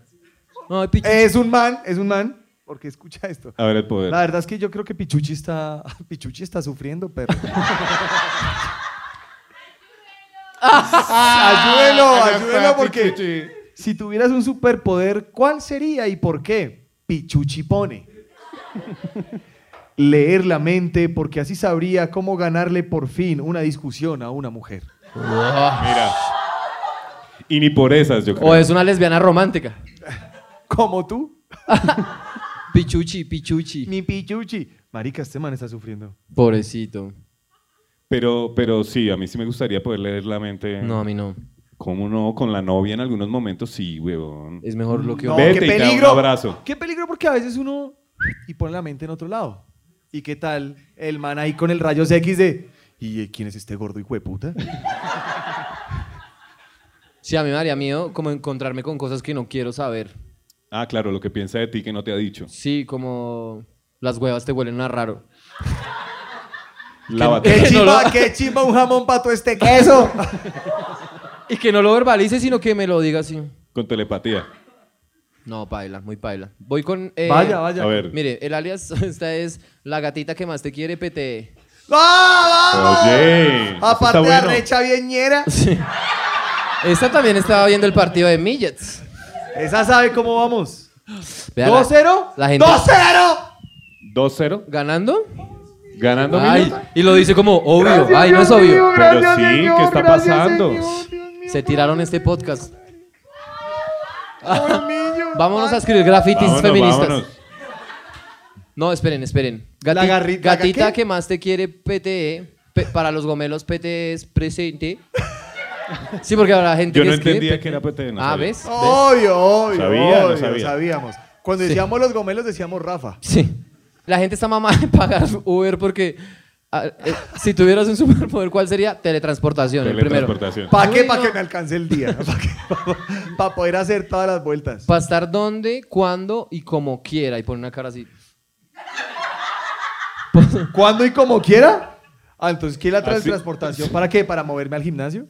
Speaker 2: No, pichuchi.
Speaker 3: Es un man, es un man, porque escucha esto.
Speaker 4: A ver el poder.
Speaker 3: La verdad es que yo creo que Pichuchi está, (laughs) Pichuchi está sufriendo, perro. ayúdelo, ayúdelo porque si tuvieras un superpoder, ¿cuál sería y por qué? Pichuchi pone. Leer la mente porque así sabría cómo ganarle por fin una discusión a una mujer.
Speaker 4: Mira. Y ni por esas, yo creo.
Speaker 2: O es una lesbiana romántica.
Speaker 3: Como tú,
Speaker 2: Pichuchi, pichuchi.
Speaker 3: mi Pichuchi. Marica, este man está sufriendo.
Speaker 2: Pobrecito.
Speaker 4: Pero, pero sí, a mí sí me gustaría poder leer la mente.
Speaker 2: No, a mí no.
Speaker 4: ¿Cómo no? Con la novia en algunos momentos, sí, huevón.
Speaker 2: Es mejor lo que
Speaker 3: No,
Speaker 2: uno.
Speaker 4: Vete
Speaker 3: qué
Speaker 4: y te da un
Speaker 3: peligro.
Speaker 4: abrazo.
Speaker 3: Qué peligro porque a veces uno y pone la mente en otro lado. ¿Y qué tal el man ahí con el rayos X de ¿Y eh, quién es este gordo hijo de
Speaker 4: (laughs)
Speaker 3: puta?
Speaker 2: Sí, a mí me haría miedo como encontrarme con cosas que no quiero saber.
Speaker 4: Ah, claro, lo que piensa de ti que no te ha dicho.
Speaker 2: Sí, como las huevas te huelen a raro.
Speaker 4: Lávate.
Speaker 2: (laughs)
Speaker 3: ¡Qué
Speaker 2: Que no lo-
Speaker 3: chimba, qué chimba un jamón para todo este queso!
Speaker 2: Y que no lo verbalice, sino que me lo diga así.
Speaker 4: Con telepatía.
Speaker 2: No, paila, muy paila. Voy con. eh,
Speaker 3: vaya, vaya.
Speaker 4: A ver.
Speaker 2: Mire, el alias (laughs) esta es la gatita que más te quiere, E. PTE.
Speaker 3: (laughs) ¡Ah, vamos!
Speaker 4: Oye, eso
Speaker 3: Aparte
Speaker 4: está
Speaker 3: de
Speaker 4: bueno.
Speaker 3: recha viñera,
Speaker 2: Esta también estaba viendo el partido de Millets.
Speaker 3: esa sabe cómo vamos.
Speaker 2: Vea la-
Speaker 3: ¿2-0?
Speaker 2: La gente-
Speaker 3: ¡2-0!
Speaker 4: 2-0,
Speaker 2: ¿Ganando?
Speaker 4: ganando
Speaker 2: Ay,
Speaker 4: Millets.
Speaker 2: y lo dice como obvio. Ay, no es obvio.
Speaker 4: Pero sí, ¿qué está pasando?
Speaker 2: Se tiraron este podcast. (laughs) Vámonos a escribir grafitis
Speaker 4: Vámonos,
Speaker 2: feministas.
Speaker 4: vámonos.
Speaker 2: No, esperen, esperen.
Speaker 3: La garri- la
Speaker 2: gatita
Speaker 3: ga- ¿qué?
Speaker 2: que más te quiere PTE. Pe- para los gomelos PTE es
Speaker 3: (laughs)
Speaker 2: presente. Sí, porque habrá gente
Speaker 4: Yo
Speaker 2: que
Speaker 4: no
Speaker 2: escribe
Speaker 4: entendía que era PTE, no
Speaker 2: ah,
Speaker 4: sabía.
Speaker 2: ¿ves? ¿Ves?
Speaker 3: Obvio, obvio.
Speaker 4: Sabía, lo
Speaker 3: obvio,
Speaker 4: sabía.
Speaker 3: sabíamos. Cuando
Speaker 2: Sí.
Speaker 3: decíamos los gomelos, decíamos Rafa.
Speaker 2: Sí. La gente está mamada de pagar Uber porque ah, eh, si tuvieras un superpoder, ¿cuál sería? Teletransportación, el primero.
Speaker 4: Teletransportación.
Speaker 3: ¿Para qué? Para que me alcance el día. (laughs) Para poder hacer todas las vueltas.
Speaker 2: Para estar donde, cuándo y como quiera. Y pone una cara así.
Speaker 3: Cuando y como quiera. Ah, entonces, ¿qué es la
Speaker 4: Así-
Speaker 3: transportación? ¿Para qué? ¿Para moverme al gimnasio?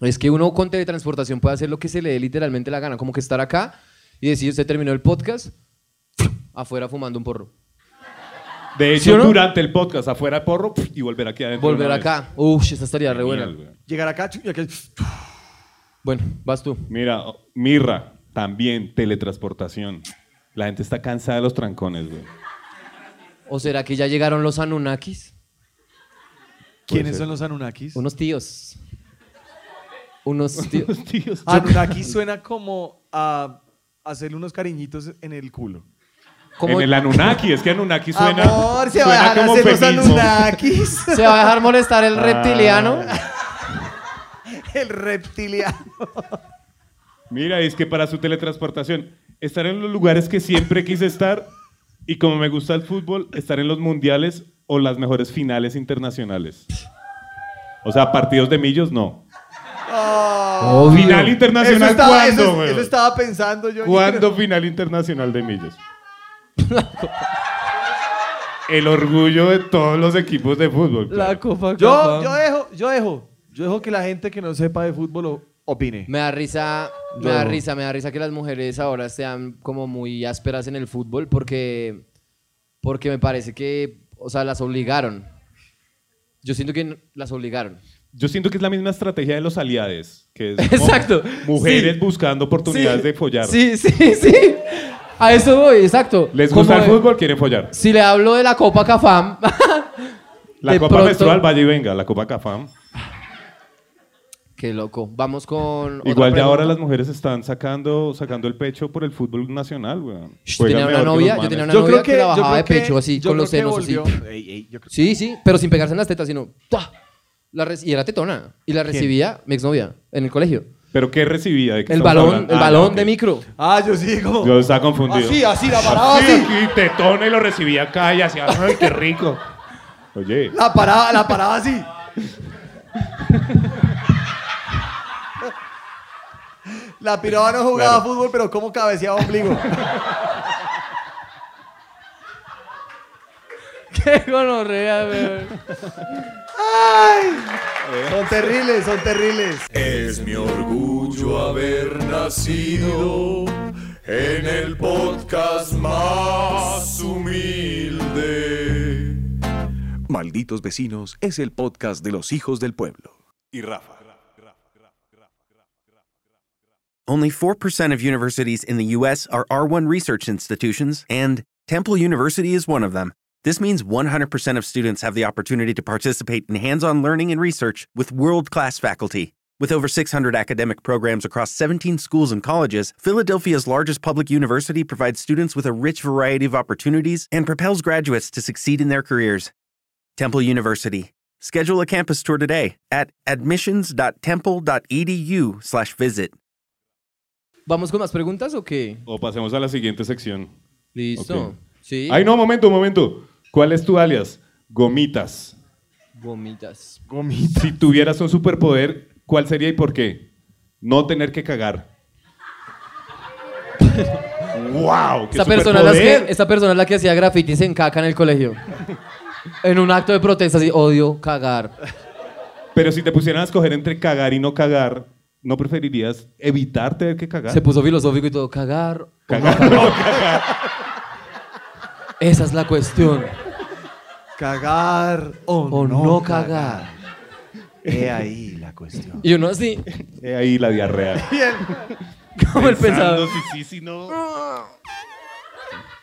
Speaker 2: Es que uno con teletransportación puede hacer lo que se le dé literalmente la gana, como que estar acá y decir, usted terminó el podcast, afuera fumando un porro.
Speaker 4: De
Speaker 2: ¿Sí
Speaker 4: hecho,
Speaker 2: o no?
Speaker 4: durante el podcast, afuera porro pf, y volver aquí adentro.
Speaker 2: Volver
Speaker 4: una vez.
Speaker 2: acá. Uf, esa estaría re buena.
Speaker 4: Genial, güey.
Speaker 3: Llegar acá, chu- y acá,
Speaker 2: Bueno, vas tú.
Speaker 4: Mira, oh, Mirra, también teletransportación. La gente está cansada de los trancones, güey.
Speaker 2: ¿O será que ya llegaron los Anunnakis?
Speaker 3: ¿Quiénes son los Anunnakis?
Speaker 2: Unos tíos. Unos tíos.
Speaker 4: (laughs) Los tíos.
Speaker 3: Anunnakis suena como a hacerle unos cariñitos en el culo.
Speaker 2: ¿Cómo
Speaker 4: En el Anunnaki, es que Anunnaki suena.
Speaker 3: Amor, se
Speaker 4: suena
Speaker 3: van a
Speaker 4: como
Speaker 3: hacer los
Speaker 4: feminismo.
Speaker 3: Anunnakis.
Speaker 2: se va a dejar molestar
Speaker 4: Ah.
Speaker 2: el reptiliano?
Speaker 3: El reptiliano.
Speaker 4: Mira, es que para su teletransportación, estar en los lugares que siempre quise estar y como me gusta el fútbol, estar en los mundiales o las mejores finales internacionales. O sea, partidos de millos, no. Final
Speaker 3: Oh. Eso
Speaker 4: internacional,
Speaker 3: estaba, eso-
Speaker 4: ¿cuándo, güey?
Speaker 3: eso estaba pensando yo.
Speaker 4: ¿Cuándo final internacional de millos? El orgullo de todos los equipos de fútbol. claro.
Speaker 2: La copa.
Speaker 3: Yo,
Speaker 2: Cafam.
Speaker 3: yo dejo, yo dejo, yo dejo que la gente que no sepa de fútbol o- opine.
Speaker 2: Me da risa, me
Speaker 3: Yo-
Speaker 2: da risa, me da risa que las mujeres ahora sean como muy ásperas en el fútbol porque, porque me parece que, o sea, las obligaron. Yo siento que n- las obligaron.
Speaker 4: Yo siento que es la misma estrategia de los aliades, que es como
Speaker 2: (laughs) Exacto,
Speaker 4: mujeres
Speaker 2: sí.
Speaker 4: buscando oportunidades
Speaker 2: Sí.
Speaker 4: de follar.
Speaker 2: Sí, sí, sí. A eso voy, exacto.
Speaker 4: Les
Speaker 2: Como
Speaker 4: gusta el
Speaker 2: de-
Speaker 4: fútbol, quieren follar.
Speaker 2: Si le hablo de la Copa Cafam, (laughs)
Speaker 4: La
Speaker 2: De
Speaker 4: copa
Speaker 2: pronto-
Speaker 4: menstrual, vaya y venga, la copa Cafam.
Speaker 2: qué loco. Vamos con. otra
Speaker 4: Igual ya ahora
Speaker 2: pregunta.
Speaker 4: las mujeres están sacando, sacando el pecho por el fútbol nacional, weón.
Speaker 2: Sh,
Speaker 4: Juegan
Speaker 2: tenía una
Speaker 4: mejor que
Speaker 2: novia,
Speaker 4: los
Speaker 2: yo
Speaker 4: manes.
Speaker 2: tenía una novia que, la bajaba de pecho así, con los senos así. Sí, sí, pero sin pegarse en las tetas, sino. ¡tua! La reci- y era tetona. Y la recibía mi exnovia en el colegio.
Speaker 4: ¿Pero qué recibía? ¿De qué
Speaker 2: El
Speaker 4: estamos
Speaker 2: balón,
Speaker 4: hablando?
Speaker 2: el
Speaker 4: Ah,
Speaker 2: balón
Speaker 4: no,
Speaker 2: de
Speaker 4: ok.
Speaker 2: micro.
Speaker 3: Ah, yo sí, como.
Speaker 4: Yo estaba confundido.
Speaker 3: Así, así, la paraba así.
Speaker 4: aquí, tetona y lo recibía acá y hacía, ¡ay, qué rico! Oye,
Speaker 3: La paraba, la paraba así. La piraba no jugaba
Speaker 4: Claro.
Speaker 3: fútbol, pero como cabeceaba ombligo.
Speaker 2: Qué gonorrea, weón.
Speaker 4: Eh.
Speaker 3: Son terribles, son terribles.
Speaker 7: Es mi orgullo haber nacido en el podcast más humilde.
Speaker 5: Malditos vecinos es el podcast de los hijos del pueblo.
Speaker 7: Y Rafa.
Speaker 9: Only 4% of universities in the U.S. are R1 research institutions, and Temple University is one of them. This means 100% of students have the opportunity to participate in hands on learning and research with world class faculty. With over 600 academic programs across 17 schools and colleges, Philadelphia's largest public university provides students with a rich variety of opportunities and propels graduates to succeed in their careers. Temple University. Schedule a campus tour today at admissions.temple.edu/visit.
Speaker 2: ¿Vamos con más preguntas o qué?
Speaker 4: o pasemos a la siguiente sección.
Speaker 2: Listo.
Speaker 4: Ok.
Speaker 2: Sí.
Speaker 4: Ay, no, momento, momento. ¿Cuál es tu alias? Gomitas.
Speaker 2: Gomitas.
Speaker 4: Si tuvieras un superpoder, ¿cuál sería y por qué? No tener que cagar. ¡Wow! ¡Qué
Speaker 2: Esta persona, es la que,
Speaker 4: superpoder!
Speaker 2: esta persona es la que hacía grafitis en caca en el colegio. En un acto de protesta, así, odio cagar.
Speaker 4: Pero si te pusieran a escoger entre cagar y no cagar, ¿no preferirías evitar tener que cagar?
Speaker 2: Se puso filosófico y todo, cagar. o no
Speaker 4: Cagar,
Speaker 2: cagar?
Speaker 4: (laughs) no cagar.
Speaker 2: Esa es la cuestión.
Speaker 3: Cagar o,
Speaker 2: O
Speaker 3: no,
Speaker 2: no
Speaker 3: cagar.
Speaker 2: cagar.
Speaker 3: He ahí la cuestión.
Speaker 2: Y uno así, (laughs)
Speaker 4: He ahí la diarrea.
Speaker 2: como el pensado.
Speaker 4: Pensando si sí, si no.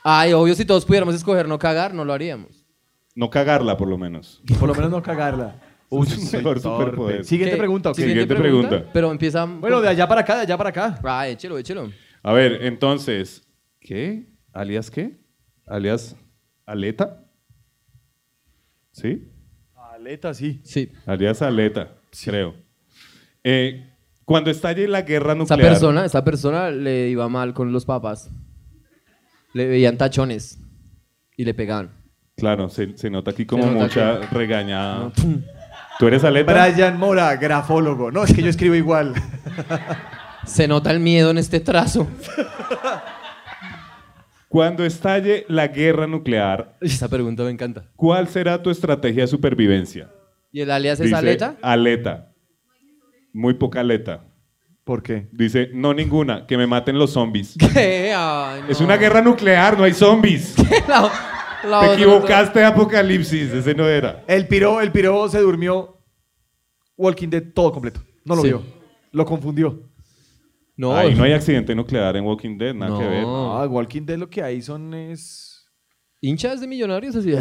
Speaker 2: Ay, obvio, si todos pudiéramos escoger no cagar, no lo haríamos.
Speaker 4: No cagarla, por lo menos.
Speaker 3: Por lo menos no cagarla.
Speaker 4: Uy, es un mejor superpoder.
Speaker 3: Siguiente
Speaker 2: ¿Qué?
Speaker 3: pregunta, ok.
Speaker 4: Siguiente pregunta.
Speaker 2: Pero empieza.
Speaker 3: Bueno, de allá para acá, de allá para acá.
Speaker 2: Ah, échelo, échelo.
Speaker 4: A ver, entonces, ¿qué? ¿Alias qué? ¿Alias aleta? ¿Sí?
Speaker 3: Aleta, sí.
Speaker 2: Sí.
Speaker 4: Alias aleta, creo. Eh, cuando estalle la guerra
Speaker 2: Esta
Speaker 4: nuclear.
Speaker 2: persona, esta persona le iba mal con los papas. Le veían tachones y le pegaban.
Speaker 4: Claro, se, se nota aquí como
Speaker 2: Se nota
Speaker 4: mucha regañada. ¿Tú eres aleta?
Speaker 3: Brian Mora, grafólogo. No, es que yo escribo igual.
Speaker 2: Se nota el miedo en este trazo. (laughs)
Speaker 4: Cuando estalle la guerra nuclear,
Speaker 2: Esa pregunta me encanta.
Speaker 4: ¿cuál será tu estrategia de supervivencia?
Speaker 2: ¿Y el alias es
Speaker 4: Dice, (laughs)
Speaker 2: aleta?
Speaker 4: Aleta. Muy poca aleta.
Speaker 3: ¿Por qué?
Speaker 4: Dice, no ninguna, que me maten los zombies.
Speaker 2: ¿Qué? Eh, Ay, no.
Speaker 4: Es una guerra nuclear, no hay zombies.
Speaker 2: (laughs) La- la
Speaker 4: Te
Speaker 2: otra-
Speaker 4: equivocaste, Apocalipsis. Ese no era.
Speaker 3: El piro, el piro se durmió Walking Dead todo completo. No lo
Speaker 2: Sí.
Speaker 3: vio. Lo confundió.
Speaker 2: No,
Speaker 4: Ahí no hay accidente nuclear en Walking Dead, nada
Speaker 2: No.
Speaker 4: que ver.
Speaker 3: Ah, Walking Dead lo que hay son es...
Speaker 2: hinchas de millonarios así.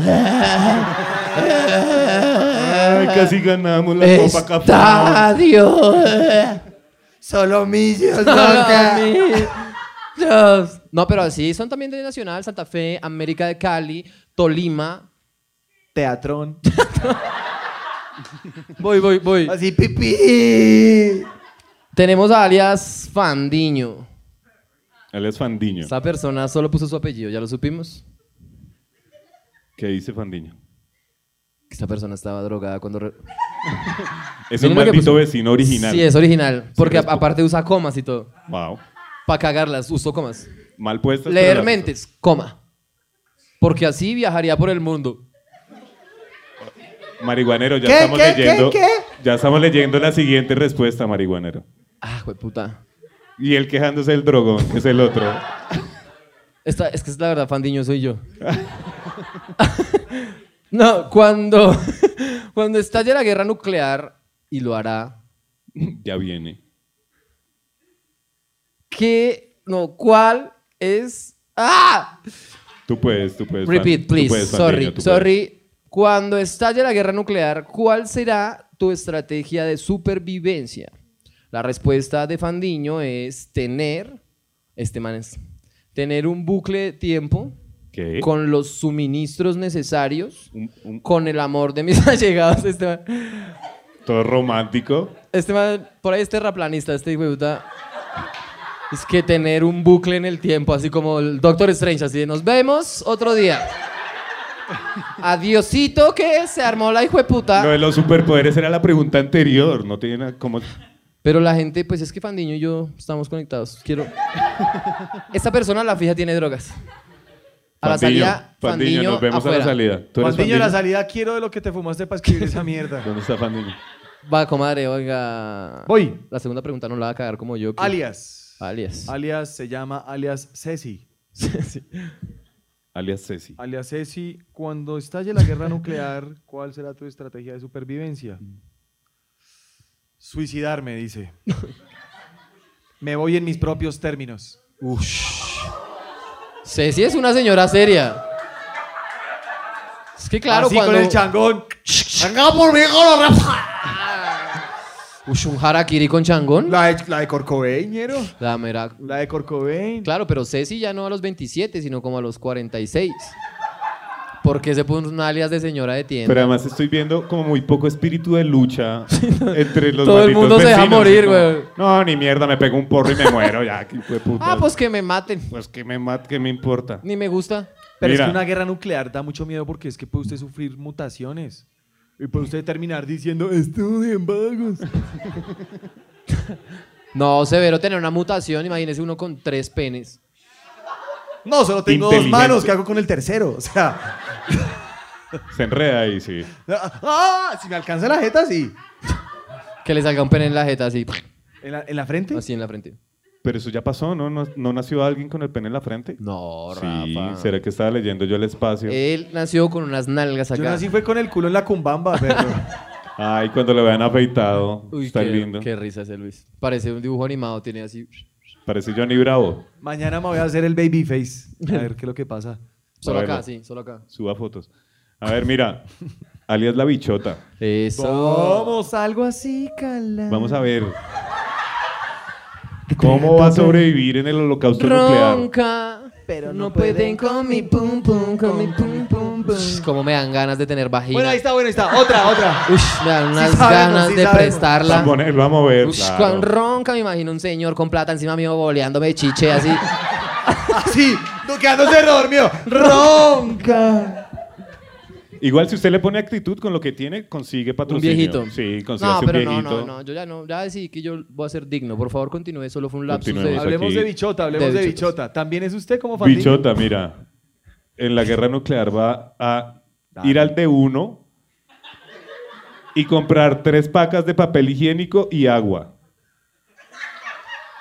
Speaker 4: Ay, casi ganamos la
Speaker 2: "Eh,
Speaker 4: Copa
Speaker 2: (laughs)
Speaker 4: Cafá.
Speaker 2: Estadio.
Speaker 3: Solo millos,
Speaker 2: Dios. No, pero así son también de Nacional, Santa Fe, América de Cali, Tolima.
Speaker 3: (laughs) Teatrón.
Speaker 2: Voy, voy, voy.
Speaker 3: Así, pipí.
Speaker 2: Tenemos a alias Fandiño.
Speaker 4: Él es Fandiño.
Speaker 2: Esta persona solo puso su apellido, ya lo supimos.
Speaker 4: ¿Qué dice Fandiño?
Speaker 2: Esta persona estaba drogada cuando... re-
Speaker 4: Es
Speaker 2: Miren
Speaker 4: un
Speaker 2: lo que
Speaker 4: maldito
Speaker 2: puso.
Speaker 4: vecino original.
Speaker 2: Sí, es original. Porque a-
Speaker 4: respeto.
Speaker 2: aparte usa comas y todo.
Speaker 4: Wow.
Speaker 2: Para cagarlas, usó comas.
Speaker 4: Mal puesta.
Speaker 2: Leer mentes, coma. Porque así viajaría por el mundo.
Speaker 4: Marihuanero, ya
Speaker 3: ¿Qué,
Speaker 4: estamos
Speaker 3: qué, qué,
Speaker 4: leyendo.
Speaker 3: qué?
Speaker 4: Ya estamos leyendo la siguiente respuesta, marihuanero.
Speaker 2: Ah, puta.
Speaker 4: Y él quejándose del drogón, que es
Speaker 2: (laughs)
Speaker 4: el otro.
Speaker 2: Esta, es que es la verdad, Fandiño soy yo. (laughs) no, cuando, (laughs) cuando estalle la guerra nuclear, y lo hará,
Speaker 4: ya viene.
Speaker 2: ¿qué? No, ¿cuál es? ¡Ah!
Speaker 4: Tú puedes, tú puedes. Fan-
Speaker 2: Repeat,
Speaker 4: tú
Speaker 2: please.
Speaker 4: puedes,
Speaker 2: sorry,
Speaker 4: Fandiño, tú puedes.
Speaker 2: sorry. Cuando estalle la guerra nuclear, ¿cuál será tu estrategia de supervivencia? La respuesta de Fandiño es tener, este man es, tener un bucle de tiempo
Speaker 4: ¿Qué?
Speaker 2: con los suministros necesarios,
Speaker 4: Un- un-
Speaker 2: con el amor de mis (laughs) allegados. Este man,
Speaker 4: todo romántico.
Speaker 2: este man- por ahí es terraplanista, este hijo de puta. Es que tener un bucle en el tiempo, así como el Doctor Strange, así de nos vemos otro día. Adiosito que se armó la hijo de puta.
Speaker 4: Lo de los superpoderes era la pregunta anterior. No tiene nada como.
Speaker 2: Pero la gente, pues es que Fandiño y yo estamos conectados. Quiero. Esta persona, la fija, tiene drogas. A la
Speaker 4: Fandiño,
Speaker 2: salida,
Speaker 4: Fandiño,
Speaker 2: Fandiño
Speaker 4: nos vemos a la
Speaker 2: afuera.
Speaker 4: salida. ¿Tú eres
Speaker 3: Fandiño, la
Speaker 4: Fandiño?
Speaker 3: salida quiero de lo que te fumaste para escribir esa mierda.
Speaker 4: ¿Dónde está Fandiño?
Speaker 2: Va, comadre, oiga.
Speaker 3: Voy.
Speaker 2: La segunda pregunta no la va a cagar como yo. que-
Speaker 3: Alias.
Speaker 2: Alias.
Speaker 3: Alias se llama alias
Speaker 2: (laughs)
Speaker 3: Ceci.
Speaker 4: Alias Ceci.
Speaker 3: Alias Ceci, cuando estalle la guerra (laughs) nuclear, ¿cuál será tu estrategia de supervivencia? Suicidarme, dice. Me voy en mis propios términos.
Speaker 2: Ceci es una señora seria. Es que claro,
Speaker 3: Así
Speaker 2: cuando...
Speaker 3: con el changón.
Speaker 2: ¡Venga por mí con los Ush, un harakiri con changón. La,
Speaker 3: La de, la de Corcovain, ñero.
Speaker 2: mera...
Speaker 3: La de Corcovain.
Speaker 2: Claro, pero Ceci ya no a los 27, sino como a los 46. Porque se puso un alias de señora de tienda.
Speaker 4: Pero además estoy viendo como muy poco espíritu de lucha
Speaker 2: (laughs)
Speaker 4: entre los
Speaker 2: Todo el
Speaker 4: malditos
Speaker 2: mundo se deja
Speaker 4: vecinos.
Speaker 2: morir,
Speaker 4: Es como,
Speaker 2: güey.
Speaker 4: No, ni mierda, me pego un porro y me muero ya. qué hijo de puta.
Speaker 2: ah, pues que me maten.
Speaker 4: Pues que me mat, que me importa.
Speaker 2: Ni me gusta.
Speaker 3: Pero
Speaker 4: Mira.
Speaker 3: es que una guerra nuclear da mucho miedo porque es que puede usted sufrir mutaciones. Y puede usted terminar diciendo, estudien vagos.
Speaker 2: No, severo tener una mutación. Imagínese uno con tres penes.
Speaker 3: No, solo tengo dos
Speaker 4: Inteligente.
Speaker 3: manos. ¿Qué hago con el tercero? O sea, (laughs)
Speaker 4: Se enreda ahí, sí.
Speaker 3: ¡ah! si me alcanza la jeta, sí.
Speaker 2: Que le salga un pene en la jeta así.
Speaker 3: ¿En la, en la frente?
Speaker 2: Así en la frente.
Speaker 4: Pero eso ya pasó, ¿no? ¿No, no nació alguien con el pene en la frente?
Speaker 2: No,
Speaker 4: sí,
Speaker 2: Rafa. Eh.
Speaker 4: ¿será que estaba leyendo yo el espacio?
Speaker 2: Él nació con unas nalgas acá.
Speaker 3: Yo nací fue con el culo en la
Speaker 2: (laughs)
Speaker 3: cumbamba, perro.
Speaker 4: Ay, cuando lo vean afeitado.
Speaker 2: Uy,
Speaker 4: está
Speaker 2: qué,
Speaker 4: lindo.
Speaker 2: qué risa ese Luis. Parece un dibujo animado, tiene así.
Speaker 4: Parece Johnny Bravo.
Speaker 3: Mañana me voy a hacer el babyface. A ver qué es lo que pasa.
Speaker 2: Solo
Speaker 4: Bueno.
Speaker 2: acá, sí, solo acá.
Speaker 4: Suba fotos. A ver, mira. Alias La Bichota.
Speaker 2: Eso.
Speaker 3: Vamos, algo así, cala.
Speaker 4: Vamos a ver. ¿Cómo va a sobrevivir en el holocausto nuclear?
Speaker 2: Ronca, pero no, pueden con mi pum pum, con mi pum pum pum. Como me dan ganas de tener vagina.
Speaker 3: Bueno, ahí está, bueno, ahí está.
Speaker 2: (laughs)
Speaker 3: Otra, otra.
Speaker 2: Ush, me dan unas
Speaker 3: sabemos,
Speaker 2: ganas
Speaker 3: sí
Speaker 2: de
Speaker 3: sabemos.
Speaker 4: Vamos a
Speaker 2: prestarla.
Speaker 4: ponerlo a mover.
Speaker 2: Ush,
Speaker 4: claro.
Speaker 2: con ronca me imagino un señor con plata encima mío boleándome chiche (laughs) así.
Speaker 3: Así, no, quedándose dormido. Ronca.
Speaker 4: Igual si usted le pone actitud con lo que tiene, consigue
Speaker 2: un
Speaker 4: patrocinio.
Speaker 2: viejito.
Speaker 4: Sí, consigue
Speaker 2: No,
Speaker 4: un
Speaker 2: pero
Speaker 4: viejito.
Speaker 2: no, no, no. Yo ya no, ya decidí que yo voy a ser digno. Por favor, continúe. Solo fue un lapsus
Speaker 4: Continuemos.
Speaker 2: de.
Speaker 3: Hablemos
Speaker 4: aquí.
Speaker 3: de bichota, hablemos
Speaker 2: De
Speaker 3: de,
Speaker 2: bichotas.
Speaker 3: bichota. ¿También es usted como fan?
Speaker 4: Bichota, mira. En la guerra nuclear va a ir al D1 y comprar tres pacas de papel higiénico y agua.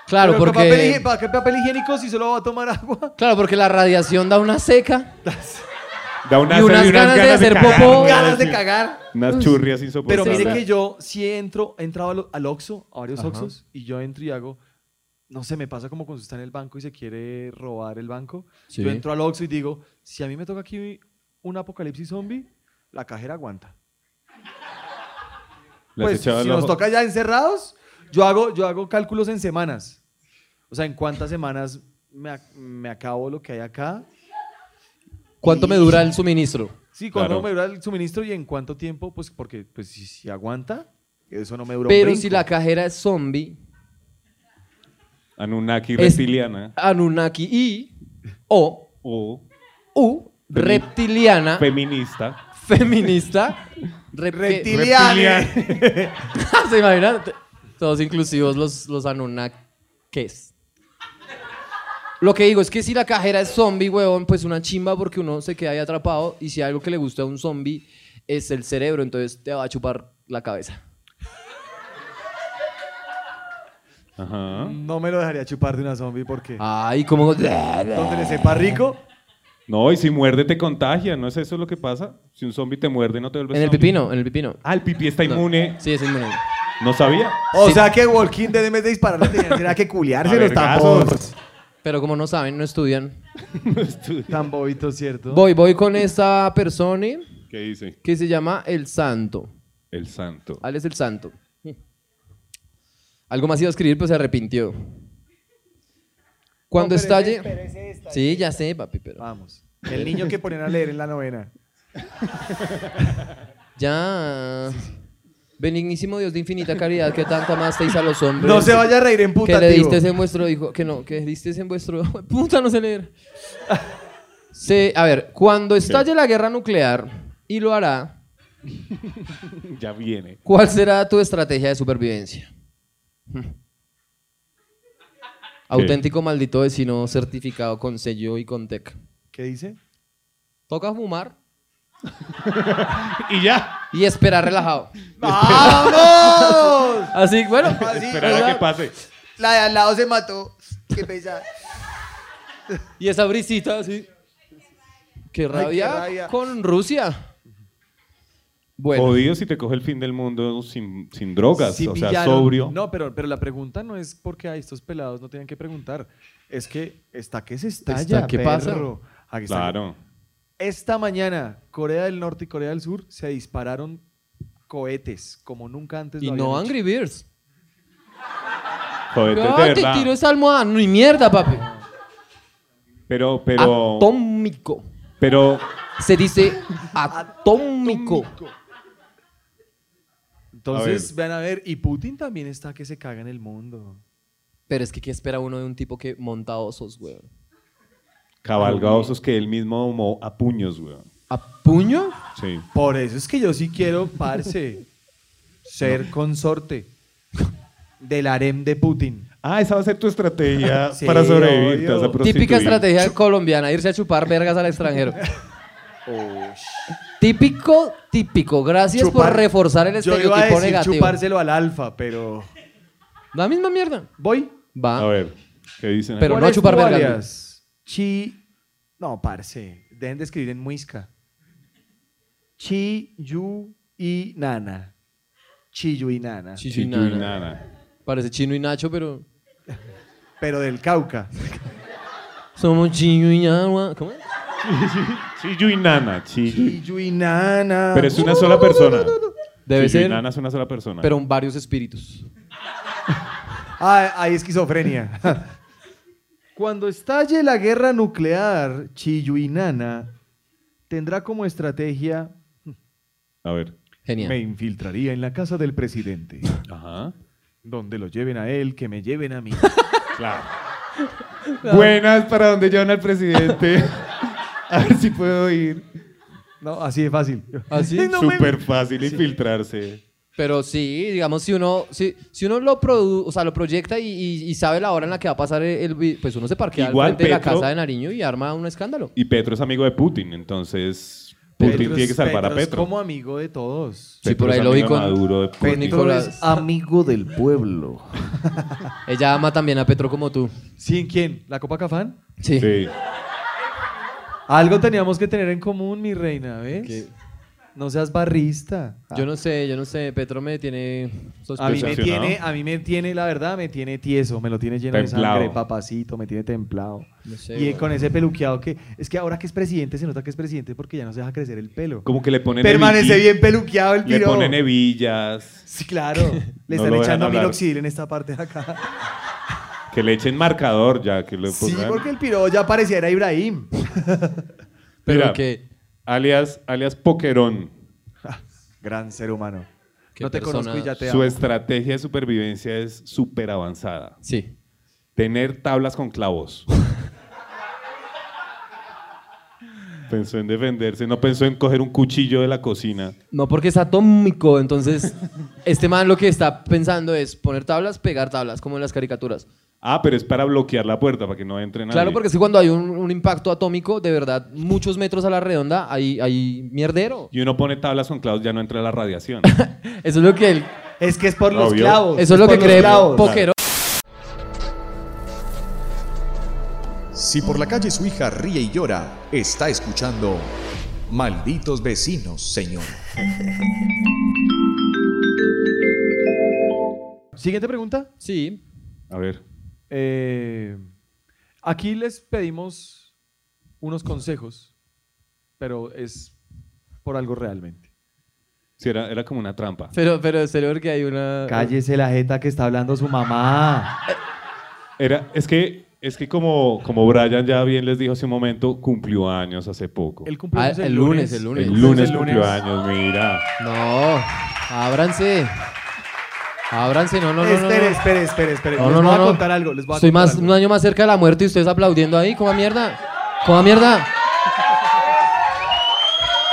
Speaker 2: Claro,
Speaker 3: ¿Para qué papel,
Speaker 2: porque.
Speaker 3: higi- pa- qué papel higiénico si solo va a tomar agua?
Speaker 2: Claro, porque la radiación da una seca.
Speaker 4: Da una
Speaker 2: Y unas
Speaker 4: sed
Speaker 2: ganas de hacer
Speaker 4: cagar,
Speaker 2: popó.
Speaker 4: ¿no?
Speaker 3: Ganas de
Speaker 4: Sí.
Speaker 3: cagar.
Speaker 4: Unas churrias insoportables.
Speaker 3: Pero mire que yo sí entro, he entrado al, al Oxxo, a varios Oxxos, y yo entro y hago, no sé, me pasa como cuando usted está en el banco y se quiere robar el banco.
Speaker 2: Sí.
Speaker 3: Yo entro al Oxxo y digo, si a mí me toca aquí un apocalipsis zombie, la cajera aguanta.
Speaker 4: Las
Speaker 3: Pues si
Speaker 4: echaba el
Speaker 3: nos
Speaker 4: ojo.
Speaker 3: toca ya encerrados, yo hago, yo hago cálculos en semanas. O sea, en cuántas semanas me, ac- me acabo lo que hay acá.
Speaker 2: ¿Cuánto me dura el suministro?
Speaker 3: Sí, cuando
Speaker 4: Claro.
Speaker 3: me dura el suministro y en cuánto tiempo, pues porque pues, si, si aguanta, eso no me dura un
Speaker 2: Pero
Speaker 3: brinco.
Speaker 2: si la cajera es zombie,
Speaker 4: Anunnaki
Speaker 2: Es-
Speaker 4: reptiliana.
Speaker 2: Anunnaki y o
Speaker 4: O
Speaker 2: u
Speaker 3: Ah.
Speaker 2: reptiliana
Speaker 4: feminista.
Speaker 2: feminista rep- (laughs)
Speaker 3: Reptiliane.
Speaker 2: ¿Se imaginan? T- Todos inclusivos los los Anunnakes. Lo que digo es que si la cajera es zombie, huevón, pues una chimba porque uno se queda ahí atrapado y si algo que le gusta a un zombie es el cerebro, entonces te va a chupar la cabeza.
Speaker 4: Ajá.
Speaker 3: No me lo dejaría chupar de una zombie porque
Speaker 2: Ay, como
Speaker 3: donde le sepa rico,
Speaker 4: No, y si muerde te contagia, ¿no es eso lo que pasa? Si un zombie te muerde no te vuelves
Speaker 2: en el
Speaker 4: zombie.
Speaker 2: pepino, en el pepino.
Speaker 4: Ah, el pipí está inmune.
Speaker 2: Sí, es inmune.
Speaker 3: (laughs)
Speaker 4: No sabía.
Speaker 3: o
Speaker 2: Sí.
Speaker 3: sea que Walking Dead en vez de dispararle tenía- tenía que culiarse
Speaker 4: A
Speaker 3: los
Speaker 4: vergazos.
Speaker 3: tambos.
Speaker 2: Pero como no saben, no estudian.
Speaker 3: Tan bobito, ¿cierto?
Speaker 2: Voy, voy con esta persona
Speaker 4: ¿Qué dice?
Speaker 2: que se llama El Santo.
Speaker 4: El santo.
Speaker 2: Alex El Santo. Algo más iba a escribir, pero se arrepintió. Cuando estalle... sí, ya sé, papi, pero...
Speaker 3: Vamos. El niño que ponían a leer en la novena.
Speaker 2: Ya... Benignísimo Dios de infinita caridad, que tanto amasteis a los hombres.
Speaker 3: No se vaya a reír en
Speaker 2: Que le
Speaker 3: putativo.
Speaker 2: diste en vuestro hijo... Que no, que diste en vuestro... (laughs) Puta, no sé leer. Sí, a ver, cuando estalle la guerra nuclear, y lo hará,
Speaker 4: Ya viene.
Speaker 2: ¿Cuál será tu estrategia de supervivencia? Hmm. Auténtico maldito vecino certificado con sello y con TEC.
Speaker 3: ¿Qué dice?
Speaker 2: Toca fumar
Speaker 4: Y ya.
Speaker 2: y esperar relajado.
Speaker 3: (laughs) ¡Vamos!
Speaker 2: Así, bueno.
Speaker 4: (laughs) Esperar a que pase.
Speaker 6: La de al lado se mató. Qué pesar.
Speaker 2: Y esa brisita así. Qué rabia,
Speaker 3: rabia.
Speaker 2: con Rusia. Bueno,
Speaker 4: Jodido si te coge el fin del mundo sin, sin drogas,
Speaker 3: Sí
Speaker 4: o sea,
Speaker 3: pillaron.
Speaker 4: sobrio.
Speaker 3: No, pero, pero la pregunta no es porque a estos pelados no tienen que preguntar. Es que está que se estalla,
Speaker 2: Está que pasa.
Speaker 3: perro. Aquí está que-
Speaker 4: Claro.
Speaker 3: Esta mañana, Corea del Norte y Corea del Sur se dispararon cohetes como nunca antes. lo
Speaker 2: y
Speaker 3: habían
Speaker 2: no
Speaker 3: hecho.
Speaker 2: Angry Birds.
Speaker 4: Jodete
Speaker 2: Ah,
Speaker 4: de
Speaker 2: te
Speaker 4: verdad.
Speaker 2: tiro esa almohada. No, ni mierda, papi.
Speaker 4: Pero, pero,
Speaker 2: Atómico.
Speaker 4: pero,
Speaker 2: Se dice atómico.
Speaker 3: Entonces, van a ver, y Putin también está que se caga en el mundo.
Speaker 2: Pero es que, ¿qué espera uno de un tipo que monta osos, weón?
Speaker 4: cabalga osos que él mismo domó a puños, güey.
Speaker 2: ¿A puño?
Speaker 4: Sí.
Speaker 3: Por eso es que yo sí quiero, parce, ser consorte del harem de Putin.
Speaker 4: Ah, esa va a ser tu
Speaker 2: (laughs)
Speaker 4: estrategia
Speaker 3: Sí,
Speaker 4: para sobrevivir.
Speaker 3: obvio.
Speaker 4: te vas a prostituir.
Speaker 2: Típica estrategia colombiana, irse a chupar vergas al
Speaker 3: (laughs)
Speaker 2: extranjero. Típico, típico. Gracias por
Speaker 3: Chupar-
Speaker 2: reforzar el
Speaker 3: Yo
Speaker 2: estereotipo
Speaker 3: iba a decir
Speaker 2: negativo.
Speaker 3: chupárselo al alfa, pero...
Speaker 2: La misma mierda.
Speaker 3: ¿Voy?
Speaker 4: A
Speaker 2: Va.
Speaker 4: ver, ¿qué dicen? ahí?
Speaker 2: Pero- no
Speaker 3: ¿Cuáles
Speaker 2: chupar
Speaker 3: tú
Speaker 2: verga,
Speaker 3: harías? Chi... No, parce. Dejen de escribir en muisca. Chi, yu y nana. Chi, yu y nana.
Speaker 2: Chicho y
Speaker 4: Chitu
Speaker 2: Nana.
Speaker 4: y Nana. (laughs)
Speaker 2: Parece chino y Nacho, pero.
Speaker 3: Pero del Cauca.
Speaker 2: Somos chino y agua. ¿Cómo es?
Speaker 4: Chiyu y Nana. Chiyu.
Speaker 3: Chi, yu y nana.
Speaker 4: Pero es una sola persona.
Speaker 2: Debe
Speaker 4: Chiyu y
Speaker 2: ser,
Speaker 4: Nana es una sola persona.
Speaker 2: pero varios espíritus.
Speaker 3: Ah, hay esquizofrenia. Cuando estalle la guerra nuclear, Chiyuinana tendrá como estrategia
Speaker 4: A ver.
Speaker 2: Genial.
Speaker 3: me infiltraría en la casa del presidente,
Speaker 4: Ajá.
Speaker 3: donde lo lleven a él, que me lleven a mí.
Speaker 4: Claro. Buenas para donde llevan
Speaker 2: (laughs)
Speaker 4: al presidente. a ver si puedo ir.
Speaker 3: No, así de fácil.
Speaker 2: Así,
Speaker 3: No me-
Speaker 4: Súper fácil infiltrarse.
Speaker 2: Pero sí, digamos, si uno, si, si uno lo produ- o sea, lo proyecta y, y- y sabe la hora en la que va a pasar el, el vi- pues uno se parquea
Speaker 4: Igual,
Speaker 2: al frente de la
Speaker 4: Petro-
Speaker 2: casa de Nariño y arma un escándalo.
Speaker 4: Y Petro es amigo de Putin, entonces Putin
Speaker 3: Petro
Speaker 4: tiene
Speaker 3: es-
Speaker 4: que salvar
Speaker 3: Petro es
Speaker 4: a Petro.
Speaker 3: como amigo de todos.
Speaker 2: Sí, por
Speaker 4: Petro es
Speaker 2: ahí lo vi
Speaker 4: amigo
Speaker 2: con-
Speaker 4: Maduro de
Speaker 2: con
Speaker 4: Putin.
Speaker 2: Nicolás. Nicolás.
Speaker 3: amigo del (laughs) pueblo.
Speaker 2: Ella ama también a Petro como tú.
Speaker 3: ¿Sin quién? ¿La Copa Cafán?
Speaker 2: Sí.
Speaker 4: Sí.
Speaker 3: Algo teníamos que tener en común, mi reina, ¿ves?
Speaker 2: ¿Qué?
Speaker 3: No seas barrista.
Speaker 2: Yo no sé, yo no sé. Petro me tiene
Speaker 3: A mí,
Speaker 2: sospechoso.
Speaker 3: me
Speaker 4: Decepcionado.
Speaker 3: tiene, a mí me tiene, la verdad, me tiene tieso, me lo tiene lleno
Speaker 4: Templado.
Speaker 3: de sangre, papacito, me tiene templado.
Speaker 2: No sé,
Speaker 3: y
Speaker 2: güey.
Speaker 3: con ese peluqueado que, es que ahora que es presidente, se nota que es presidente porque ya no se deja crecer el pelo.
Speaker 4: Como que le ponen
Speaker 3: Permanece
Speaker 4: hebillas-
Speaker 3: bien peluqueado el
Speaker 4: Le
Speaker 3: piro.
Speaker 4: ponen hebillas,
Speaker 3: Sí, (laughs) claro. Le
Speaker 4: No
Speaker 3: están
Speaker 4: lo dejan
Speaker 3: echando
Speaker 4: hablar.
Speaker 3: minoxidil en esta parte de acá.
Speaker 4: que le echen marcador ya, que lo
Speaker 3: Sí,
Speaker 4: pongan.
Speaker 3: porque el piro ya pareciera Ibrahim.
Speaker 2: Pero
Speaker 4: Mira,
Speaker 2: que,
Speaker 4: alias, alias Poquerón.
Speaker 3: Gran ser humano.
Speaker 2: Qué
Speaker 3: No te
Speaker 2: persona-
Speaker 3: conozco y ya te
Speaker 4: Su
Speaker 3: amo.
Speaker 4: estrategia de supervivencia es súper avanzada.
Speaker 2: sí.
Speaker 4: Tener tablas con clavos. (laughs) pensó en defenderse, no pensó en coger un cuchillo de la cocina.
Speaker 2: No, porque es atómico. Entonces, (laughs) este man lo que está pensando es poner tablas, pegar tablas, como en las caricaturas.
Speaker 4: Ah, pero es para bloquear la puerta, para que no entre nadie.
Speaker 2: Claro, porque si cuando hay un, un impacto atómico, de verdad, muchos metros a la redonda, hay, hay mierdero.
Speaker 4: Y uno pone tablas con clavos, ya no entra
Speaker 2: (laughs)
Speaker 4: la radiación.
Speaker 2: Eso es lo que él,
Speaker 3: Es que es por los
Speaker 4: Obvio.
Speaker 3: clavos.
Speaker 2: eso es lo
Speaker 3: por
Speaker 2: que
Speaker 3: los
Speaker 2: cree
Speaker 3: clavos.
Speaker 2: Poquero.
Speaker 5: Si por la calle su hija ríe y llora, está escuchando Malditos vecinos, señor.
Speaker 3: Siguiente pregunta.
Speaker 2: Sí.
Speaker 4: A ver.
Speaker 3: Eh, aquí les pedimos unos consejos, pero es por algo realmente.
Speaker 4: Sí, era, era como una trampa.
Speaker 2: Pero, pero en serio, porque hay una.
Speaker 3: Cállese la jeta que está hablando su mamá.
Speaker 4: Era, es que, es que como, como Brian ya bien les dijo hace un momento, cumplió años hace poco.
Speaker 3: El
Speaker 2: Ah,
Speaker 3: cumpleaños
Speaker 2: el lunes, el lunes.
Speaker 4: El
Speaker 3: el lunes.
Speaker 4: cumplió años, mira.
Speaker 2: No. Ábranse. Ábranse, no, no, no. no, no.
Speaker 3: Espere, espere, espere, espere.
Speaker 2: No,
Speaker 3: les
Speaker 2: no,
Speaker 3: voy
Speaker 2: no,
Speaker 3: a
Speaker 2: no.
Speaker 3: contar algo. Les voy a
Speaker 2: Estoy
Speaker 3: contar
Speaker 2: más,
Speaker 3: algo.
Speaker 2: un año más cerca de la muerte y ustedes aplaudiendo ahí. ¿Cómo mierda? ¿Cómo mierda?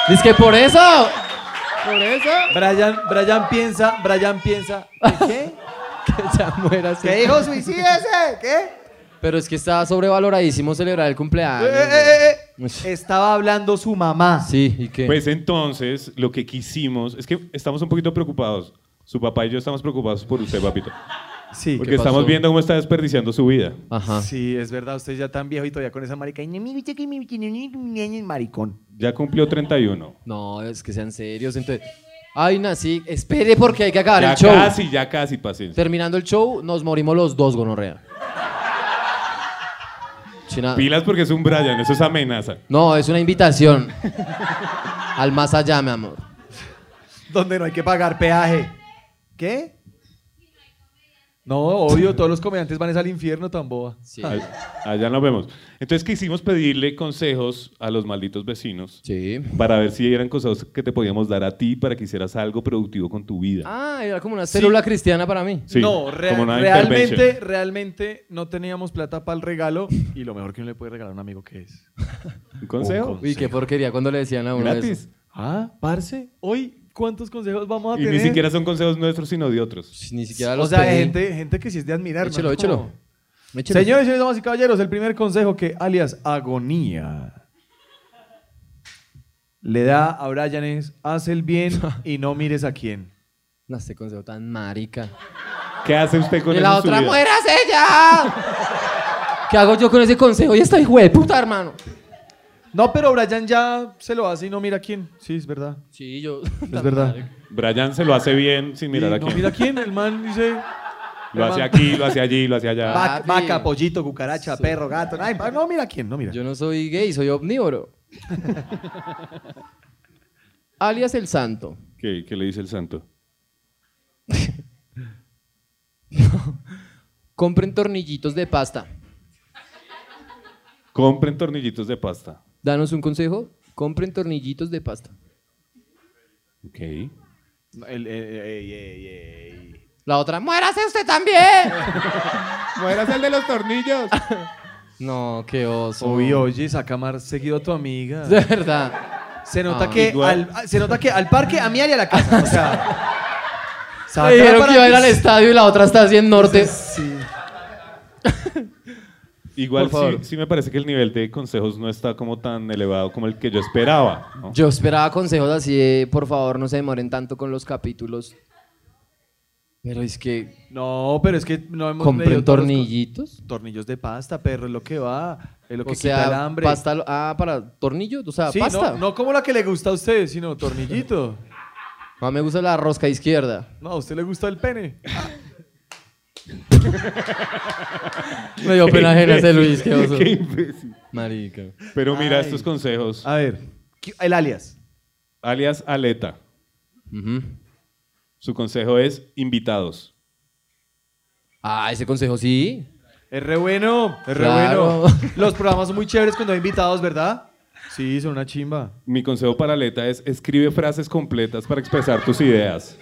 Speaker 2: Dice que por eso. Por eso.
Speaker 3: Brian, Brian piensa, Brian piensa.
Speaker 2: (laughs)
Speaker 3: ¿que ¿Qué?
Speaker 2: (laughs) Que ya mueras.
Speaker 3: ¿Qué dijo? Suicídese. ¿Qué?
Speaker 2: Pero es que está sobrevaloradísimo celebrar el
Speaker 3: Eh,
Speaker 2: cumpleaños.
Speaker 3: eh, eh, eh.
Speaker 2: Ush.
Speaker 3: Estaba hablando su mamá.
Speaker 2: Sí, ¿y qué?
Speaker 4: Pues entonces, lo que quisimos, es que estamos un poquito preocupados. Su papá y yo estamos preocupados por usted, papito.
Speaker 3: Sí.
Speaker 4: Porque
Speaker 2: pasó?
Speaker 4: estamos viendo cómo está desperdiciando su vida.
Speaker 2: Ajá.
Speaker 3: Sí, es verdad, usted ya tan viejo y todavía con esa marica. Y no me viste que me viste, no, no, no, no, maricón.
Speaker 4: Ya cumplió 31.
Speaker 2: No, es que sean serios. Entonces. Ay, nací. Espere porque hay que acabar
Speaker 4: Ya
Speaker 2: el show.
Speaker 4: casi, ya casi, paciencia.
Speaker 2: Terminando el show, nos morimos los dos, gonorrea. China.
Speaker 4: Pilas porque es un Brian, eso es amenaza.
Speaker 2: No, es una invitación. Al más allá, mi amor.
Speaker 3: donde no hay que pagar peaje. ¿Qué? No, obvio, todos los comediantes van es al infierno tan boba.
Speaker 2: Sí.
Speaker 4: Ay, Allá nos vemos. Entonces quisimos pedirle consejos a los malditos vecinos
Speaker 2: Sí.
Speaker 4: para ver si eran cosas que te podíamos dar a ti para que hicieras algo productivo con tu vida.
Speaker 2: Ah, era como una célula cristiana para mí.
Speaker 4: Sí,
Speaker 3: no, rea-
Speaker 4: como una
Speaker 3: realmente,
Speaker 4: intervention.
Speaker 3: realmente no teníamos plata para el regalo y lo mejor que uno le puede regalar a un amigo que es.
Speaker 4: ¿Un consejo?
Speaker 2: Uy, qué porquería cuando le decían a uno
Speaker 4: Gratis.
Speaker 2: eso.
Speaker 3: Ah, parce, hoy ¿Cuántos consejos vamos a
Speaker 4: Y
Speaker 3: tener?
Speaker 4: ni siquiera son consejos nuestros, sino de otros.
Speaker 2: Ni
Speaker 3: o sea, gente, gente que sí es de admirar. ¿no? Es como- Señores, señores, damas y caballeros, el primer consejo que alias agonía le da a Brian es haz el bien y no mires a quién.
Speaker 2: No, este consejo tan marica.
Speaker 4: ¿Qué hace usted
Speaker 2: Y la otra muera.
Speaker 5: ¡Mueras ella!
Speaker 2: ¿Qué hago yo con ese consejo? Y esta hijo de puta, hermano.
Speaker 3: No, pero Brian ya se lo hace y no mira a quién. Sí, es verdad.
Speaker 2: Sí, (laughs) yo.
Speaker 3: Es verdad.
Speaker 4: Brian se lo hace bien sin mirar
Speaker 3: Y
Speaker 4: a
Speaker 3: no
Speaker 4: quién.
Speaker 3: mira a quién, el man dice...
Speaker 4: Lo hace
Speaker 3: man-
Speaker 4: aquí, lo hace allí, lo hace allá.
Speaker 3: Vaca, vaca, pollito, cucaracha, perro, gato. ay, pa- no mira a quién, no mira.
Speaker 2: Yo no soy gay, soy omnívoro. (laughs) Alias el santo.
Speaker 4: ¿Qué, qué le dice el santo?
Speaker 2: Compren tornillitos de pasta.
Speaker 4: Compren tornillitos de pasta.
Speaker 2: Danos un consejo. Compren tornillitos de pasta.
Speaker 4: Ok.
Speaker 3: El- el- ey, ey, ey.
Speaker 2: La otra, muérase.
Speaker 5: ¡Muérase usted también!
Speaker 4: Mueras el de los tornillos.
Speaker 2: (laughs) No, qué oso.
Speaker 3: Uy, oye, saca más seguido a tu amiga.
Speaker 2: De verdad.
Speaker 3: Se nota,
Speaker 2: Ah.
Speaker 3: que
Speaker 2: Igual.
Speaker 3: al, se nota que al parque, a mí y a la casa. O sea,
Speaker 2: (laughs)
Speaker 3: saca
Speaker 2: Me dijeron
Speaker 3: para
Speaker 2: que iba a ir
Speaker 3: que
Speaker 2: al
Speaker 3: se-
Speaker 2: estadio y la otra está así en norte.
Speaker 3: Sí.
Speaker 4: (laughs) Igual
Speaker 2: Por favor.
Speaker 4: sí, sí me parece que el nivel de consejos no está como tan elevado como el que yo esperaba. ¿no?
Speaker 2: Yo esperaba consejos así de, por favor, no se demoren tanto con los capítulos. Pero es que,
Speaker 3: No, pero es que no hemos
Speaker 2: ¿Compré
Speaker 3: leído todos los co-
Speaker 2: tornillitos?
Speaker 3: Tornillos de pasta, perro, es lo que va. Es lo
Speaker 2: o
Speaker 3: que quita el
Speaker 2: sea,
Speaker 3: hambre.
Speaker 2: pasta, lo- ah, para tornillo, o sea,
Speaker 3: Sí,
Speaker 2: pasta.
Speaker 3: No, no como la que le gusta a usted, sino tornillito.
Speaker 2: No, me gusta la rosca izquierda.
Speaker 3: No, a usted le gusta el pene.
Speaker 2: Me
Speaker 4: (laughs)
Speaker 2: dio pena ajena ese
Speaker 4: imbécil,
Speaker 2: Luis, qué
Speaker 3: (laughs)
Speaker 2: oso.
Speaker 4: (laughs) qué imbécil.
Speaker 2: Marica.
Speaker 4: Pero mira
Speaker 3: Ay.
Speaker 4: estos consejos.
Speaker 3: A ver, ¿qué- el alias.
Speaker 4: Alias Aleta. Su consejo es invitados.
Speaker 2: Ah, ese consejo sí.
Speaker 3: Es re bueno, es re
Speaker 2: Claro.
Speaker 3: bueno. Los programas son muy chéveres cuando hay invitados, ¿verdad? Sí, son una chimba.
Speaker 4: Mi consejo para Aleta es escribe frases completas para expresar tus ideas.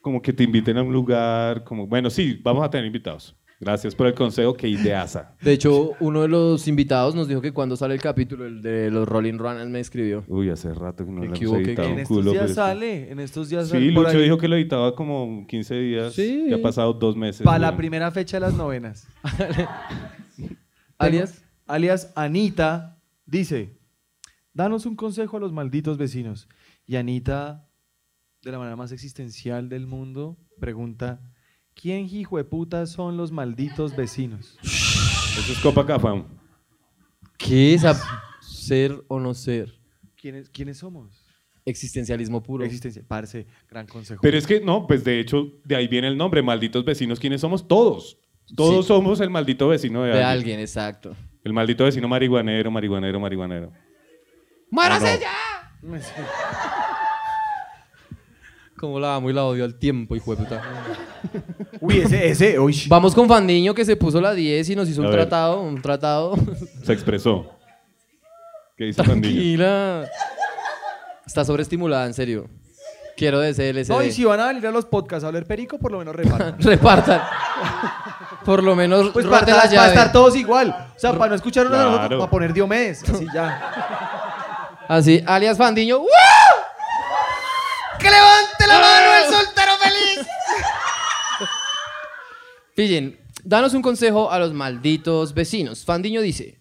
Speaker 4: Como que te inviten a un lugar, como bueno, sí, vamos a tener invitados. Gracias por el consejo que ideaza.
Speaker 2: De hecho, uno de los invitados nos dijo que cuando sale el capítulo, el de los Rolling Runners, me escribió.
Speaker 4: Uy, hace rato que no
Speaker 2: ¿Qué
Speaker 4: lo
Speaker 2: hubo?
Speaker 4: hemos
Speaker 2: ¿Qué-
Speaker 4: editado
Speaker 2: qué?
Speaker 3: En
Speaker 4: un
Speaker 3: estos
Speaker 4: culo. pero
Speaker 3: días
Speaker 4: es-
Speaker 3: sale, en estos días sale.
Speaker 4: Sí,
Speaker 3: por
Speaker 4: Lucho
Speaker 3: ahí.
Speaker 4: dijo que lo editaba como 15 días.
Speaker 2: Sí.
Speaker 4: Ya ha pasado dos meses.
Speaker 3: Para la
Speaker 4: weón.
Speaker 3: primera fecha de las novenas.
Speaker 2: Alias.
Speaker 3: Alias Anita dice, danos un consejo a los malditos vecinos. Y Anita, de la manera más existencial del mundo, pregunta, ¿quién hijo de puta son los malditos vecinos?
Speaker 4: Eso es Copa Cafam.
Speaker 2: ¿Qué es a- ser o no ser?
Speaker 3: ¿Quiénes, quiénes somos?
Speaker 2: Existencialismo puro.
Speaker 3: Existencia, parce, gran consejo.
Speaker 4: Pero es que no, pues de hecho, de ahí viene el nombre, malditos vecinos, ¿quiénes somos? Todos. Todos
Speaker 2: Sí.
Speaker 4: somos el maldito vecino de,
Speaker 2: de
Speaker 4: alguien.
Speaker 2: alguien, exacto.
Speaker 4: El maldito vecino marihuanero, marihuanero, marihuanero.
Speaker 5: ¡Muérase
Speaker 4: no.
Speaker 5: ya!
Speaker 2: Como la amo y la odio al tiempo, hijo de puta.
Speaker 3: (laughs) Uy, ese, ese, uy.
Speaker 2: Vamos con Fandiño que se puso la 10 y nos hizo
Speaker 4: A
Speaker 2: un
Speaker 4: ver.
Speaker 2: tratado, un tratado.
Speaker 4: Se expresó. ¿Qué dice Pandillo?
Speaker 2: (laughs) Tranquila. Está sobreestimulada, en serio. Quiero de CLC.
Speaker 3: No, y si van a venir a los podcasts a hablar perico, por lo menos repartan.
Speaker 2: Repartan. Por lo menos
Speaker 3: Pues para,
Speaker 2: roten la
Speaker 3: para
Speaker 2: llave.
Speaker 3: estar todos igual. O sea, para no escuchar uno de nosotros,
Speaker 4: Claro.
Speaker 3: para poner Diomedes. Así ya.
Speaker 2: Así, alias Fandiño. ¡uh!
Speaker 5: ¡Que levante la mano el soltero feliz!
Speaker 2: Pillen, danos un consejo a los malditos vecinos. Fandiño dice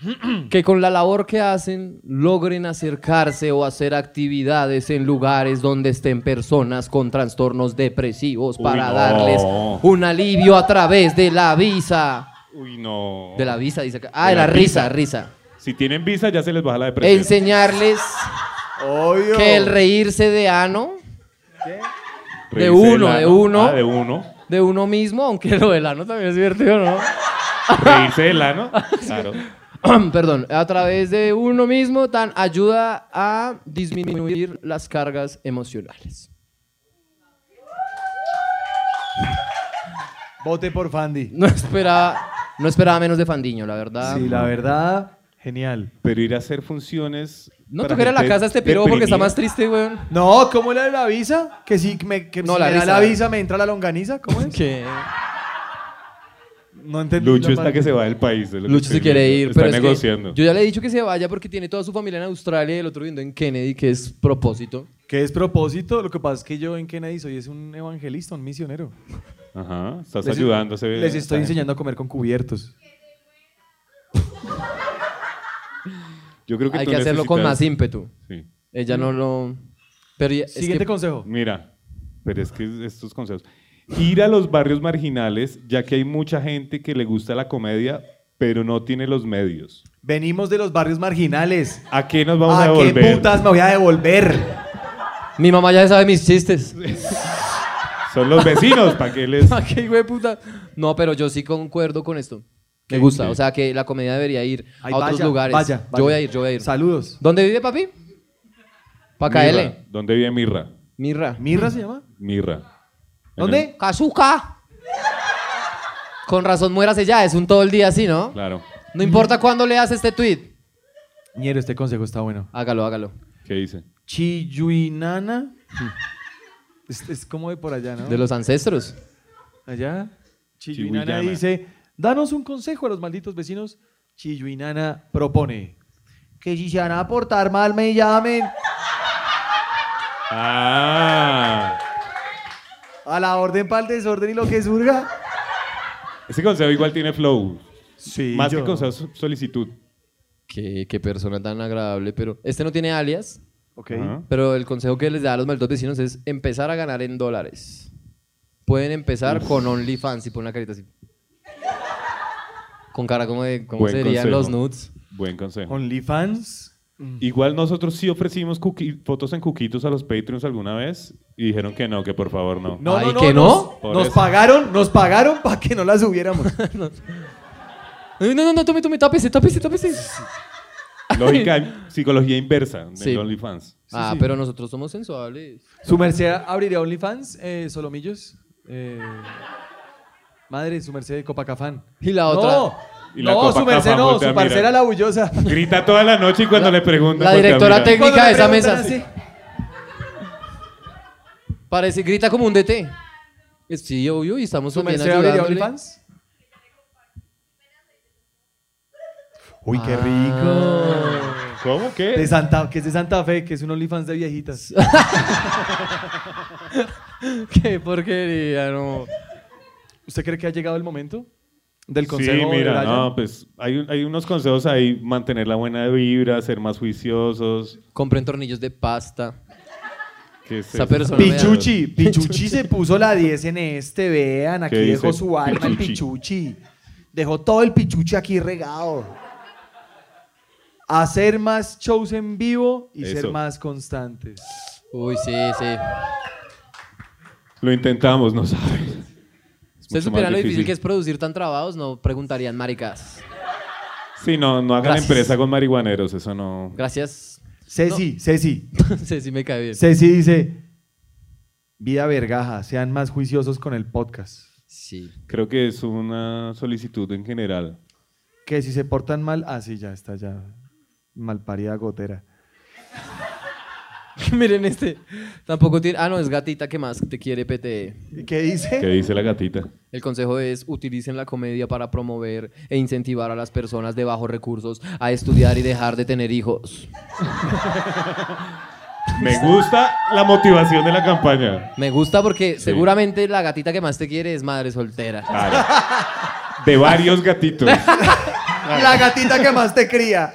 Speaker 2: (clears throat) que con la labor que hacen logren acercarse o hacer actividades en lugares donde estén personas con trastornos depresivos
Speaker 4: Uy,
Speaker 2: para
Speaker 4: no.
Speaker 2: darles un alivio a través de la visa.
Speaker 4: Uy, no.
Speaker 2: De la visa, dice acá. Ah,
Speaker 4: De
Speaker 2: de la,
Speaker 4: la
Speaker 2: risa, risa.
Speaker 4: Si tienen visa, ya se les baja la depresión.
Speaker 2: Enseñarles
Speaker 3: Obvio.
Speaker 2: que el reírse de ano, de
Speaker 4: Reírse
Speaker 2: uno,
Speaker 4: del
Speaker 2: de
Speaker 4: ano.
Speaker 2: uno.
Speaker 4: Ah, de uno.
Speaker 2: de uno mismo, aunque lo del ano también es divertido, ¿no?
Speaker 4: Reírse
Speaker 2: (laughs)
Speaker 4: del ano. Claro.
Speaker 2: (clears throat) perdón, a través de uno mismo tan ayuda a disminuir las cargas emocionales.
Speaker 3: Vote por Fandi.
Speaker 2: No esperaba, no esperaba menos de Fandiño, la verdad.
Speaker 3: Sí, la verdad, genial.
Speaker 4: Pero ir a hacer funciones.
Speaker 2: No
Speaker 4: para
Speaker 2: tocar a la
Speaker 4: gente
Speaker 2: casa a este piro porque está
Speaker 4: deprimida.
Speaker 2: más triste, weón.
Speaker 3: No, ¿cómo era la visa? Que si me, que
Speaker 2: No,
Speaker 3: si
Speaker 2: la
Speaker 3: me da
Speaker 2: risa. (laughs)
Speaker 3: la visa me entra la longaniza, ¿cómo es?
Speaker 2: ¿Qué?
Speaker 3: No entendí.
Speaker 4: Lucho
Speaker 3: la
Speaker 4: está
Speaker 3: parte.
Speaker 4: que se va del país. es lo que
Speaker 2: Lucho se
Speaker 4: estoy
Speaker 2: quiere
Speaker 4: viendo.
Speaker 2: ir,
Speaker 4: Está
Speaker 2: pero es que
Speaker 4: negociando.
Speaker 2: yo ya le he dicho que se vaya porque tiene toda su familia en Australia y el otro viviendo en Kennedy, que es propósito.
Speaker 3: ¿Qué es propósito? Lo que pasa es que yo en Kennedy soy es un evangelista, un misionero.
Speaker 4: Ajá, estás
Speaker 3: Les-
Speaker 4: ayudando. se ve-
Speaker 3: Les estoy enseñando a comer con cubiertos.
Speaker 4: Yo creo que
Speaker 2: Hay
Speaker 4: tú
Speaker 2: que hacerlo con
Speaker 4: necesitas- Mm.
Speaker 2: más ímpetu.
Speaker 4: Sí.
Speaker 2: Ella no lo. Pero ya- es que-
Speaker 4: Mira, pero es que estos consejos. Ir a los barrios marginales, ya que hay mucha gente que le gusta la comedia, pero no tiene los medios.
Speaker 3: Venimos de los barrios marginales.
Speaker 4: ¿A qué nos
Speaker 2: Ah,
Speaker 4: vamos a,
Speaker 3: ¿A qué
Speaker 4: devolver?
Speaker 3: putas me voy a devolver?
Speaker 2: Mi mamá ya sabe mis chistes.
Speaker 4: Son los vecinos, ¿para
Speaker 2: (laughs)
Speaker 4: qué les...?
Speaker 2: ¿Para Ah, qué, hijo de puta? No, pero yo sí concuerdo con esto. Me gusta, o sea que la comedia debería ir
Speaker 3: Ay,
Speaker 2: a otros
Speaker 3: vaya,
Speaker 2: lugares.
Speaker 3: vaya, vaya.
Speaker 2: Yo voy a ir, yo voy a ir.
Speaker 3: Saludos.
Speaker 2: ¿Dónde vive papi?
Speaker 4: Mirra.
Speaker 2: Pacaele.
Speaker 4: ¿Dónde vive Mirra?
Speaker 2: Mirra.
Speaker 3: ¿Mirra se llama?
Speaker 4: Mirra. En
Speaker 2: ¿Dónde? Kazuka. Con razón muérase ya, es un todo el día así,
Speaker 4: el-
Speaker 2: ¿no?
Speaker 4: Claro.
Speaker 2: No importa cuándo leas este tweet.
Speaker 3: Ñero, este consejo está bueno.
Speaker 2: Hágalo, hágalo.
Speaker 4: ¿Qué dice?
Speaker 3: Chiyuinana. (laughs) Es, es como de por allá, ¿no?
Speaker 2: De los ancestros.
Speaker 3: Allá. Chiyuinana
Speaker 4: Chiyuinana.
Speaker 3: dice, danos un consejo a los malditos vecinos. Chiyuinana propone. Que si se van a portar mal, me llamen.
Speaker 4: Ah...
Speaker 3: A la orden para el desorden y lo que surga.
Speaker 4: Ese consejo igual tiene flow.
Speaker 3: Sí,
Speaker 4: Más
Speaker 3: yo-
Speaker 4: que consejo, so- solicitud.
Speaker 2: Qué, qué persona tan agradable, pero este no tiene alias,
Speaker 3: Ok.
Speaker 4: Ajá.
Speaker 2: pero el consejo que les da a los malditos vecinos es empezar a ganar en dólares. Pueden empezar con OnlyFans y pon la carita así. Con cara como de cómo
Speaker 4: Buen
Speaker 2: serían
Speaker 4: consejo.
Speaker 2: los nudes.
Speaker 4: Buen consejo.
Speaker 3: OnlyFans.
Speaker 4: Igual nosotros sí ofrecimos cuqui- fotos en cuquitos a los Patreons alguna vez y dijeron que no, que por favor no.
Speaker 3: No,
Speaker 2: Ay,
Speaker 3: no, no.
Speaker 2: ¿que no?
Speaker 3: nos-
Speaker 4: Por
Speaker 3: Nos,
Speaker 4: eso.
Speaker 3: pagaron, nos pagaron para que no las subiéramos.
Speaker 2: Ay, No, no, no, tome, tome, tápese, tápese, tápese.
Speaker 4: Lógica, psicología inversa del
Speaker 2: Sí.
Speaker 4: OnlyFans.
Speaker 2: ah,
Speaker 3: sí.
Speaker 2: pero nosotros somos sensuales.
Speaker 3: ¿Su merced abrirá OnlyFans, eh, Solomillos? Eh, madre, su merced de Copacafán.
Speaker 2: Y la
Speaker 3: No,
Speaker 2: otra.
Speaker 4: Y la
Speaker 3: no su
Speaker 4: Copacafán
Speaker 3: merced no,
Speaker 4: voltea a
Speaker 3: su parcera
Speaker 4: mirar.
Speaker 3: la bullosa.
Speaker 4: Grita toda la noche y cuando le pues, preguntan.
Speaker 2: la
Speaker 4: voltea a
Speaker 2: directora
Speaker 4: mirar.
Speaker 2: técnica-
Speaker 3: Cuando le
Speaker 2: de esa mesa.
Speaker 3: preguntan
Speaker 2: Parece, grita como un DT. Es- Sí, obvio, y estamos
Speaker 3: ¿Su
Speaker 2: también
Speaker 3: merced abrirá
Speaker 2: ayudándole.
Speaker 3: OnlyFans? Uy, qué rico.
Speaker 2: Ah.
Speaker 4: ¿Cómo?
Speaker 3: De
Speaker 4: ¿Qué?
Speaker 3: Santa, que es de Santa Fe, que es un OnlyFans de viejitas.
Speaker 2: (laughs) (laughs) Qué porquería, no.
Speaker 3: ¿Usted cree que ha llegado el momento del
Speaker 4: Sí,
Speaker 3: consejo? de
Speaker 4: mira,
Speaker 3: Brian?
Speaker 4: no, pues hay, un- hay unos consejos ahí, mantener la buena vibra, ser más juiciosos.
Speaker 2: Compren tornillos de pasta.
Speaker 4: que es
Speaker 2: Esa
Speaker 4: eso?
Speaker 2: persona me da-
Speaker 4: (laughs)
Speaker 3: Pichuchi, Pichuchi se puso la 10 en este, vean, aquí
Speaker 4: ¿Qué
Speaker 3: dejó
Speaker 4: dice?
Speaker 3: su alma el Pichuchi. Dejó todo el Pichuchi aquí regado. Hacer más shows en vivo y ser
Speaker 4: Eso.
Speaker 3: más constantes.
Speaker 2: Uy, sí, sí.
Speaker 4: Lo intentamos, no
Speaker 2: (laughs)
Speaker 4: sabes. Es
Speaker 2: Ustedes
Speaker 4: mucho más
Speaker 2: supieran lo difícil que es producir tan trabados, no preguntarían maricas.
Speaker 4: Sí, no, no hagan
Speaker 2: Gracias.
Speaker 4: empresa con marihuaneros, eso no.
Speaker 2: Gracias.
Speaker 3: Ceci, Ceci,
Speaker 2: sí, sí me cae bien.
Speaker 3: Ceci dice, vida vergaja, sean más juiciosos con el podcast.
Speaker 2: Sí.
Speaker 4: Creo que es una solicitud en general.
Speaker 3: Que si se portan mal, ah, sí, ya está, ya. Malparida gotera.
Speaker 2: (laughs) Miren este. Tampoco tiene... Ah, no, es gatita que más te quiere PTE.
Speaker 3: ¿Y ¿Qué dice?
Speaker 4: ¿Qué dice la gatita?
Speaker 2: El consejo es utilicen la comedia para promover e incentivar a las personas de bajos recursos a estudiar y dejar de tener hijos.
Speaker 4: Me gusta la motivación de la campaña.
Speaker 2: Me gusta porque seguramente la gatita que más te quiere es madre soltera.
Speaker 4: Claro. De varios gatitos.
Speaker 3: La gatita que más te cría.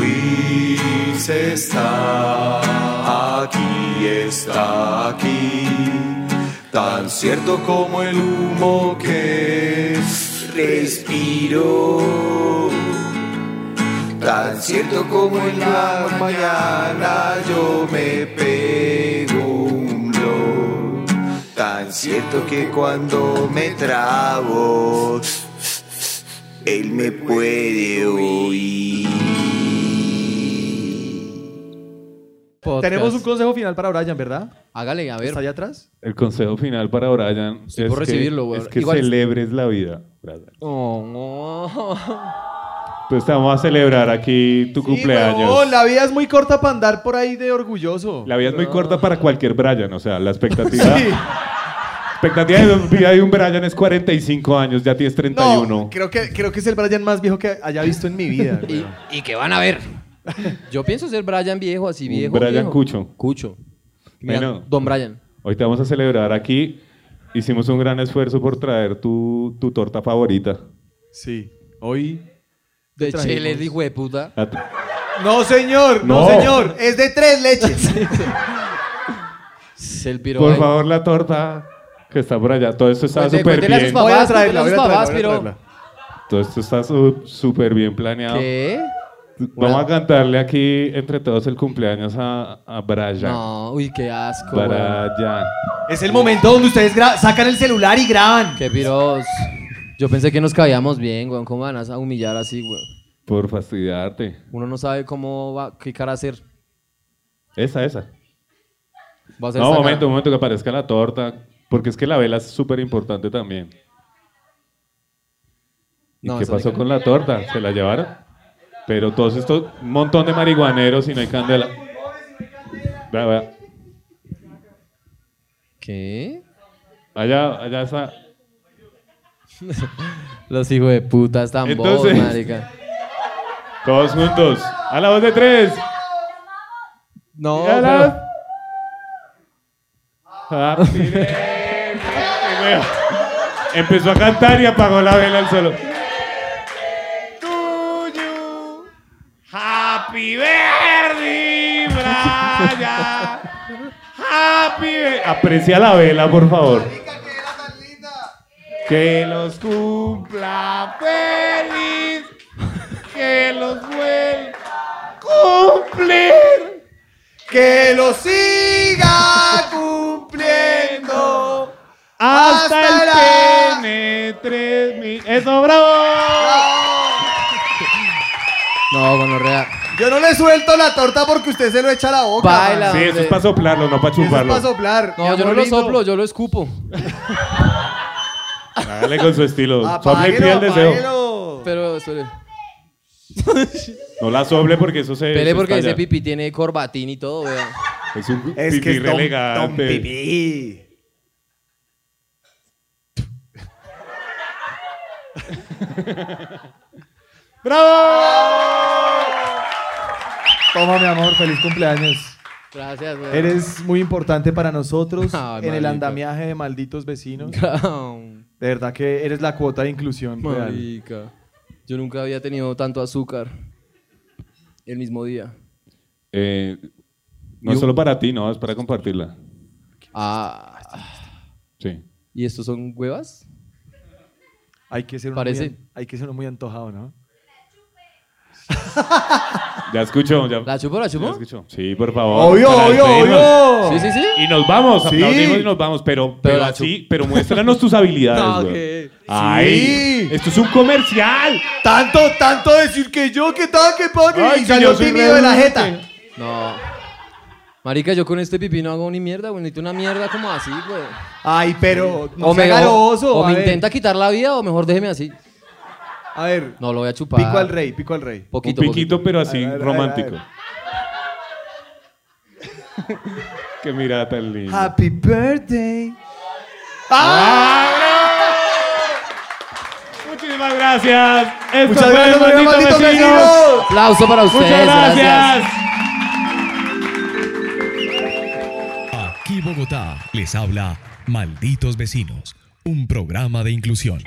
Speaker 5: Luis está aquí, está aquí, tan cierto como el humo que respiro, tan cierto como en la mañana yo me pego un blog, tan cierto que cuando me trabo, él me puede oír.
Speaker 2: Podcast.
Speaker 3: Tenemos un consejo final para Brian, ¿verdad?
Speaker 2: Hágale, a ver.
Speaker 3: ¿Está allá atrás?
Speaker 4: El consejo final para Brian
Speaker 2: Estoy
Speaker 4: es,
Speaker 2: por recibirlo,
Speaker 4: que,
Speaker 2: güey.
Speaker 4: es que
Speaker 2: Igual-
Speaker 4: celebres la vida. Brian.
Speaker 2: Oh, no.
Speaker 4: Pues te vamos a celebrar aquí tu cumpleaños.
Speaker 3: huevón, Oh, la vida es muy corta para andar por ahí de orgulloso.
Speaker 4: La vida es muy corta para cualquier Brian, o sea, la expectativa. Expectativa de vida de un Brian es 45 años, ya tienes 31.
Speaker 3: No, creo que, creo que es el Brian más viejo que haya visto en mi vida.
Speaker 2: (laughs) Y,
Speaker 3: weón.
Speaker 2: y que van a ver. (laughs) Yo pienso ser Brian viejo, así
Speaker 4: Un
Speaker 2: viejo.
Speaker 4: Brian
Speaker 2: viejo.
Speaker 4: Cucho.
Speaker 2: Cucho. Mira,
Speaker 4: Bueno.
Speaker 2: Don Brian.
Speaker 4: Hoy te vamos a celebrar aquí. Hicimos un gran esfuerzo por traer tu, tu torta favorita.
Speaker 3: Sí. Hoy.
Speaker 2: De
Speaker 3: Trajimos.
Speaker 2: Chile, de hueputa.
Speaker 4: A tu-
Speaker 3: No, señor, no,
Speaker 4: No.
Speaker 3: señor. Es de tres leches.
Speaker 2: Es el piro.
Speaker 4: Por
Speaker 2: ahí.
Speaker 4: favor, la torta que está por allá. Todo esto está
Speaker 2: Cuente-
Speaker 4: súper
Speaker 2: cuéntele a sus
Speaker 4: bien.
Speaker 2: (laughs) papás,
Speaker 3: Voy a traerla, voy
Speaker 2: cuéntele
Speaker 3: a
Speaker 2: a sus
Speaker 3: traerla.
Speaker 2: papás,
Speaker 3: voy a
Speaker 2: piro.
Speaker 3: traerla.
Speaker 4: Todo esto está su- súper bien planeado.
Speaker 2: ¿Qué?
Speaker 4: Vamos a cantarle aquí entre todos el cumpleaños a, a Brian.
Speaker 2: No, uy, qué asco. weón.
Speaker 4: Brian.
Speaker 3: Es el momento donde ustedes gra- sacan el celular y graban.
Speaker 2: Qué piros. Yo pensé que nos caíamos bien, weón. ¿Cómo van a humillar así, weón?
Speaker 4: Por fastidiarte.
Speaker 2: Uno no sabe cómo va, qué cara hacer.
Speaker 4: Esa, esa.
Speaker 2: Va a hacer esta
Speaker 4: No, un momento,
Speaker 2: cara.
Speaker 4: un momento que aparezca la torta. Porque es que la vela es súper importante también. ¿Y
Speaker 2: No,
Speaker 4: qué
Speaker 2: esa le
Speaker 4: pasó
Speaker 2: cae.
Speaker 4: con la torta? ¿Se la llevaron? Pero todos estos, un montón de marihuaneros y no hay candela. Vea, vea.
Speaker 2: ¿Qué?
Speaker 4: Allá, allá está.
Speaker 2: Los hijos de puta están
Speaker 4: Entonces-
Speaker 2: bobos, marica.
Speaker 4: Todos juntos. A la voz de tres.
Speaker 2: No,
Speaker 4: Y a la- Ah,
Speaker 2: pero-
Speaker 4: Happy birthday. Empezó a cantar y apagó la vela al suelo. Happy birthday, Brian. Happy birthday. Aprecia la vela, por favor. Que los cumpla feliz. Que los vuelva a cumplir.
Speaker 3: Que lo siga cumpliendo.
Speaker 4: Hasta
Speaker 3: Hasta
Speaker 4: el pene 3000. ¡Eso, bravo!
Speaker 2: No, con real.
Speaker 3: Yo no le suelto la torta porque usted se lo echa a la boca.
Speaker 2: Baila.
Speaker 3: man.
Speaker 4: Sí, eso es para soplarlo, no para
Speaker 3: Eso es
Speaker 4: chuparlo.
Speaker 3: para soplar.
Speaker 2: No, yo no lo soplo, yo lo escupo.
Speaker 4: Hágale con su estilo. Sople y
Speaker 3: Apáguelo,
Speaker 4: pida el deseo.
Speaker 3: apáguelo.
Speaker 2: Pero, espere.
Speaker 4: No la sople porque eso se.
Speaker 2: Pele
Speaker 4: se
Speaker 2: porque
Speaker 4: estalla.
Speaker 2: ese pipí tiene corbatín y todo, weón.
Speaker 4: Es un
Speaker 3: Es
Speaker 4: pipí
Speaker 3: que es
Speaker 4: re
Speaker 3: don, don
Speaker 4: elegante. (laughs)
Speaker 3: pipí. Toma, mi amor, feliz cumpleaños.
Speaker 2: Gracias, weón. (laughs)
Speaker 3: Eres muy importante para
Speaker 4: (laughs)
Speaker 3: nosotros
Speaker 4: Ah,
Speaker 2: Ay,
Speaker 3: en el
Speaker 2: marica.
Speaker 3: andamiaje de malditos vecinos. De verdad que eres la cuota de inclusión. real.
Speaker 2: Marica. Yo nunca había tenido tanto azúcar el mismo día.
Speaker 4: Eh, no es solo para ti, no, es para compartirla.
Speaker 2: Ah.
Speaker 4: Sí.
Speaker 2: ¿Y estos son huevas?
Speaker 3: Hay que ser uno,
Speaker 2: Parece-
Speaker 3: muy, an- hay que ser uno muy antojado, ¿no?
Speaker 4: Ya escuchó. Ya,
Speaker 2: ¿La chupo, la
Speaker 4: ya
Speaker 2: chupo?
Speaker 4: escuchó. Sí, por favor. Oh, para despedirnos.
Speaker 2: Sí, sí, sí.
Speaker 4: Y nos vamos,
Speaker 3: Sí.
Speaker 4: aplaudimos y nos vamos, pero, pero,
Speaker 2: Pero la
Speaker 4: así, pero
Speaker 3: (laughs)
Speaker 4: muéstranos tus habilidades,
Speaker 2: No,
Speaker 4: güey.
Speaker 2: que-
Speaker 4: ¡Ay!
Speaker 3: Sí.
Speaker 4: ¡Esto es un comercial!
Speaker 3: Tanto, tanto decir que yo, que tal, que pague.
Speaker 4: Ay,
Speaker 3: y
Speaker 4: que
Speaker 3: salió
Speaker 4: yo soy
Speaker 3: tímido de la
Speaker 4: re
Speaker 3: jeta.
Speaker 4: dulce.
Speaker 2: No. Marica, yo con este pipí no hago ni mierda, güey. Necesito una mierda como así, güey.
Speaker 3: Ay, pero no
Speaker 2: o
Speaker 3: sea
Speaker 2: me,
Speaker 3: garoso,
Speaker 2: o
Speaker 3: a
Speaker 2: me
Speaker 3: ver.
Speaker 2: intenta quitar la vida o mejor déjeme así.
Speaker 3: A ver,
Speaker 2: No, lo voy a chupar.
Speaker 3: pico al rey, pico al rey.
Speaker 4: Un
Speaker 2: Poquito, poquito.
Speaker 4: piquito, pero así,
Speaker 3: A ver, a ver,
Speaker 4: romántico. (laughs)
Speaker 3: a
Speaker 4: Qué mirada tan linda.
Speaker 3: Happy birthday. Ah,
Speaker 2: Ah,
Speaker 4: Muchísimas gracias. Esto
Speaker 3: Muchas
Speaker 4: fue
Speaker 3: gracias,
Speaker 4: Maldito
Speaker 3: malditos
Speaker 4: Vecino.
Speaker 3: vecinos.
Speaker 2: Aplauso para ustedes.
Speaker 4: Muchas
Speaker 2: gracias.
Speaker 4: gracias.
Speaker 5: Aquí Bogotá les habla Malditos Vecinos, un programa de inclusión.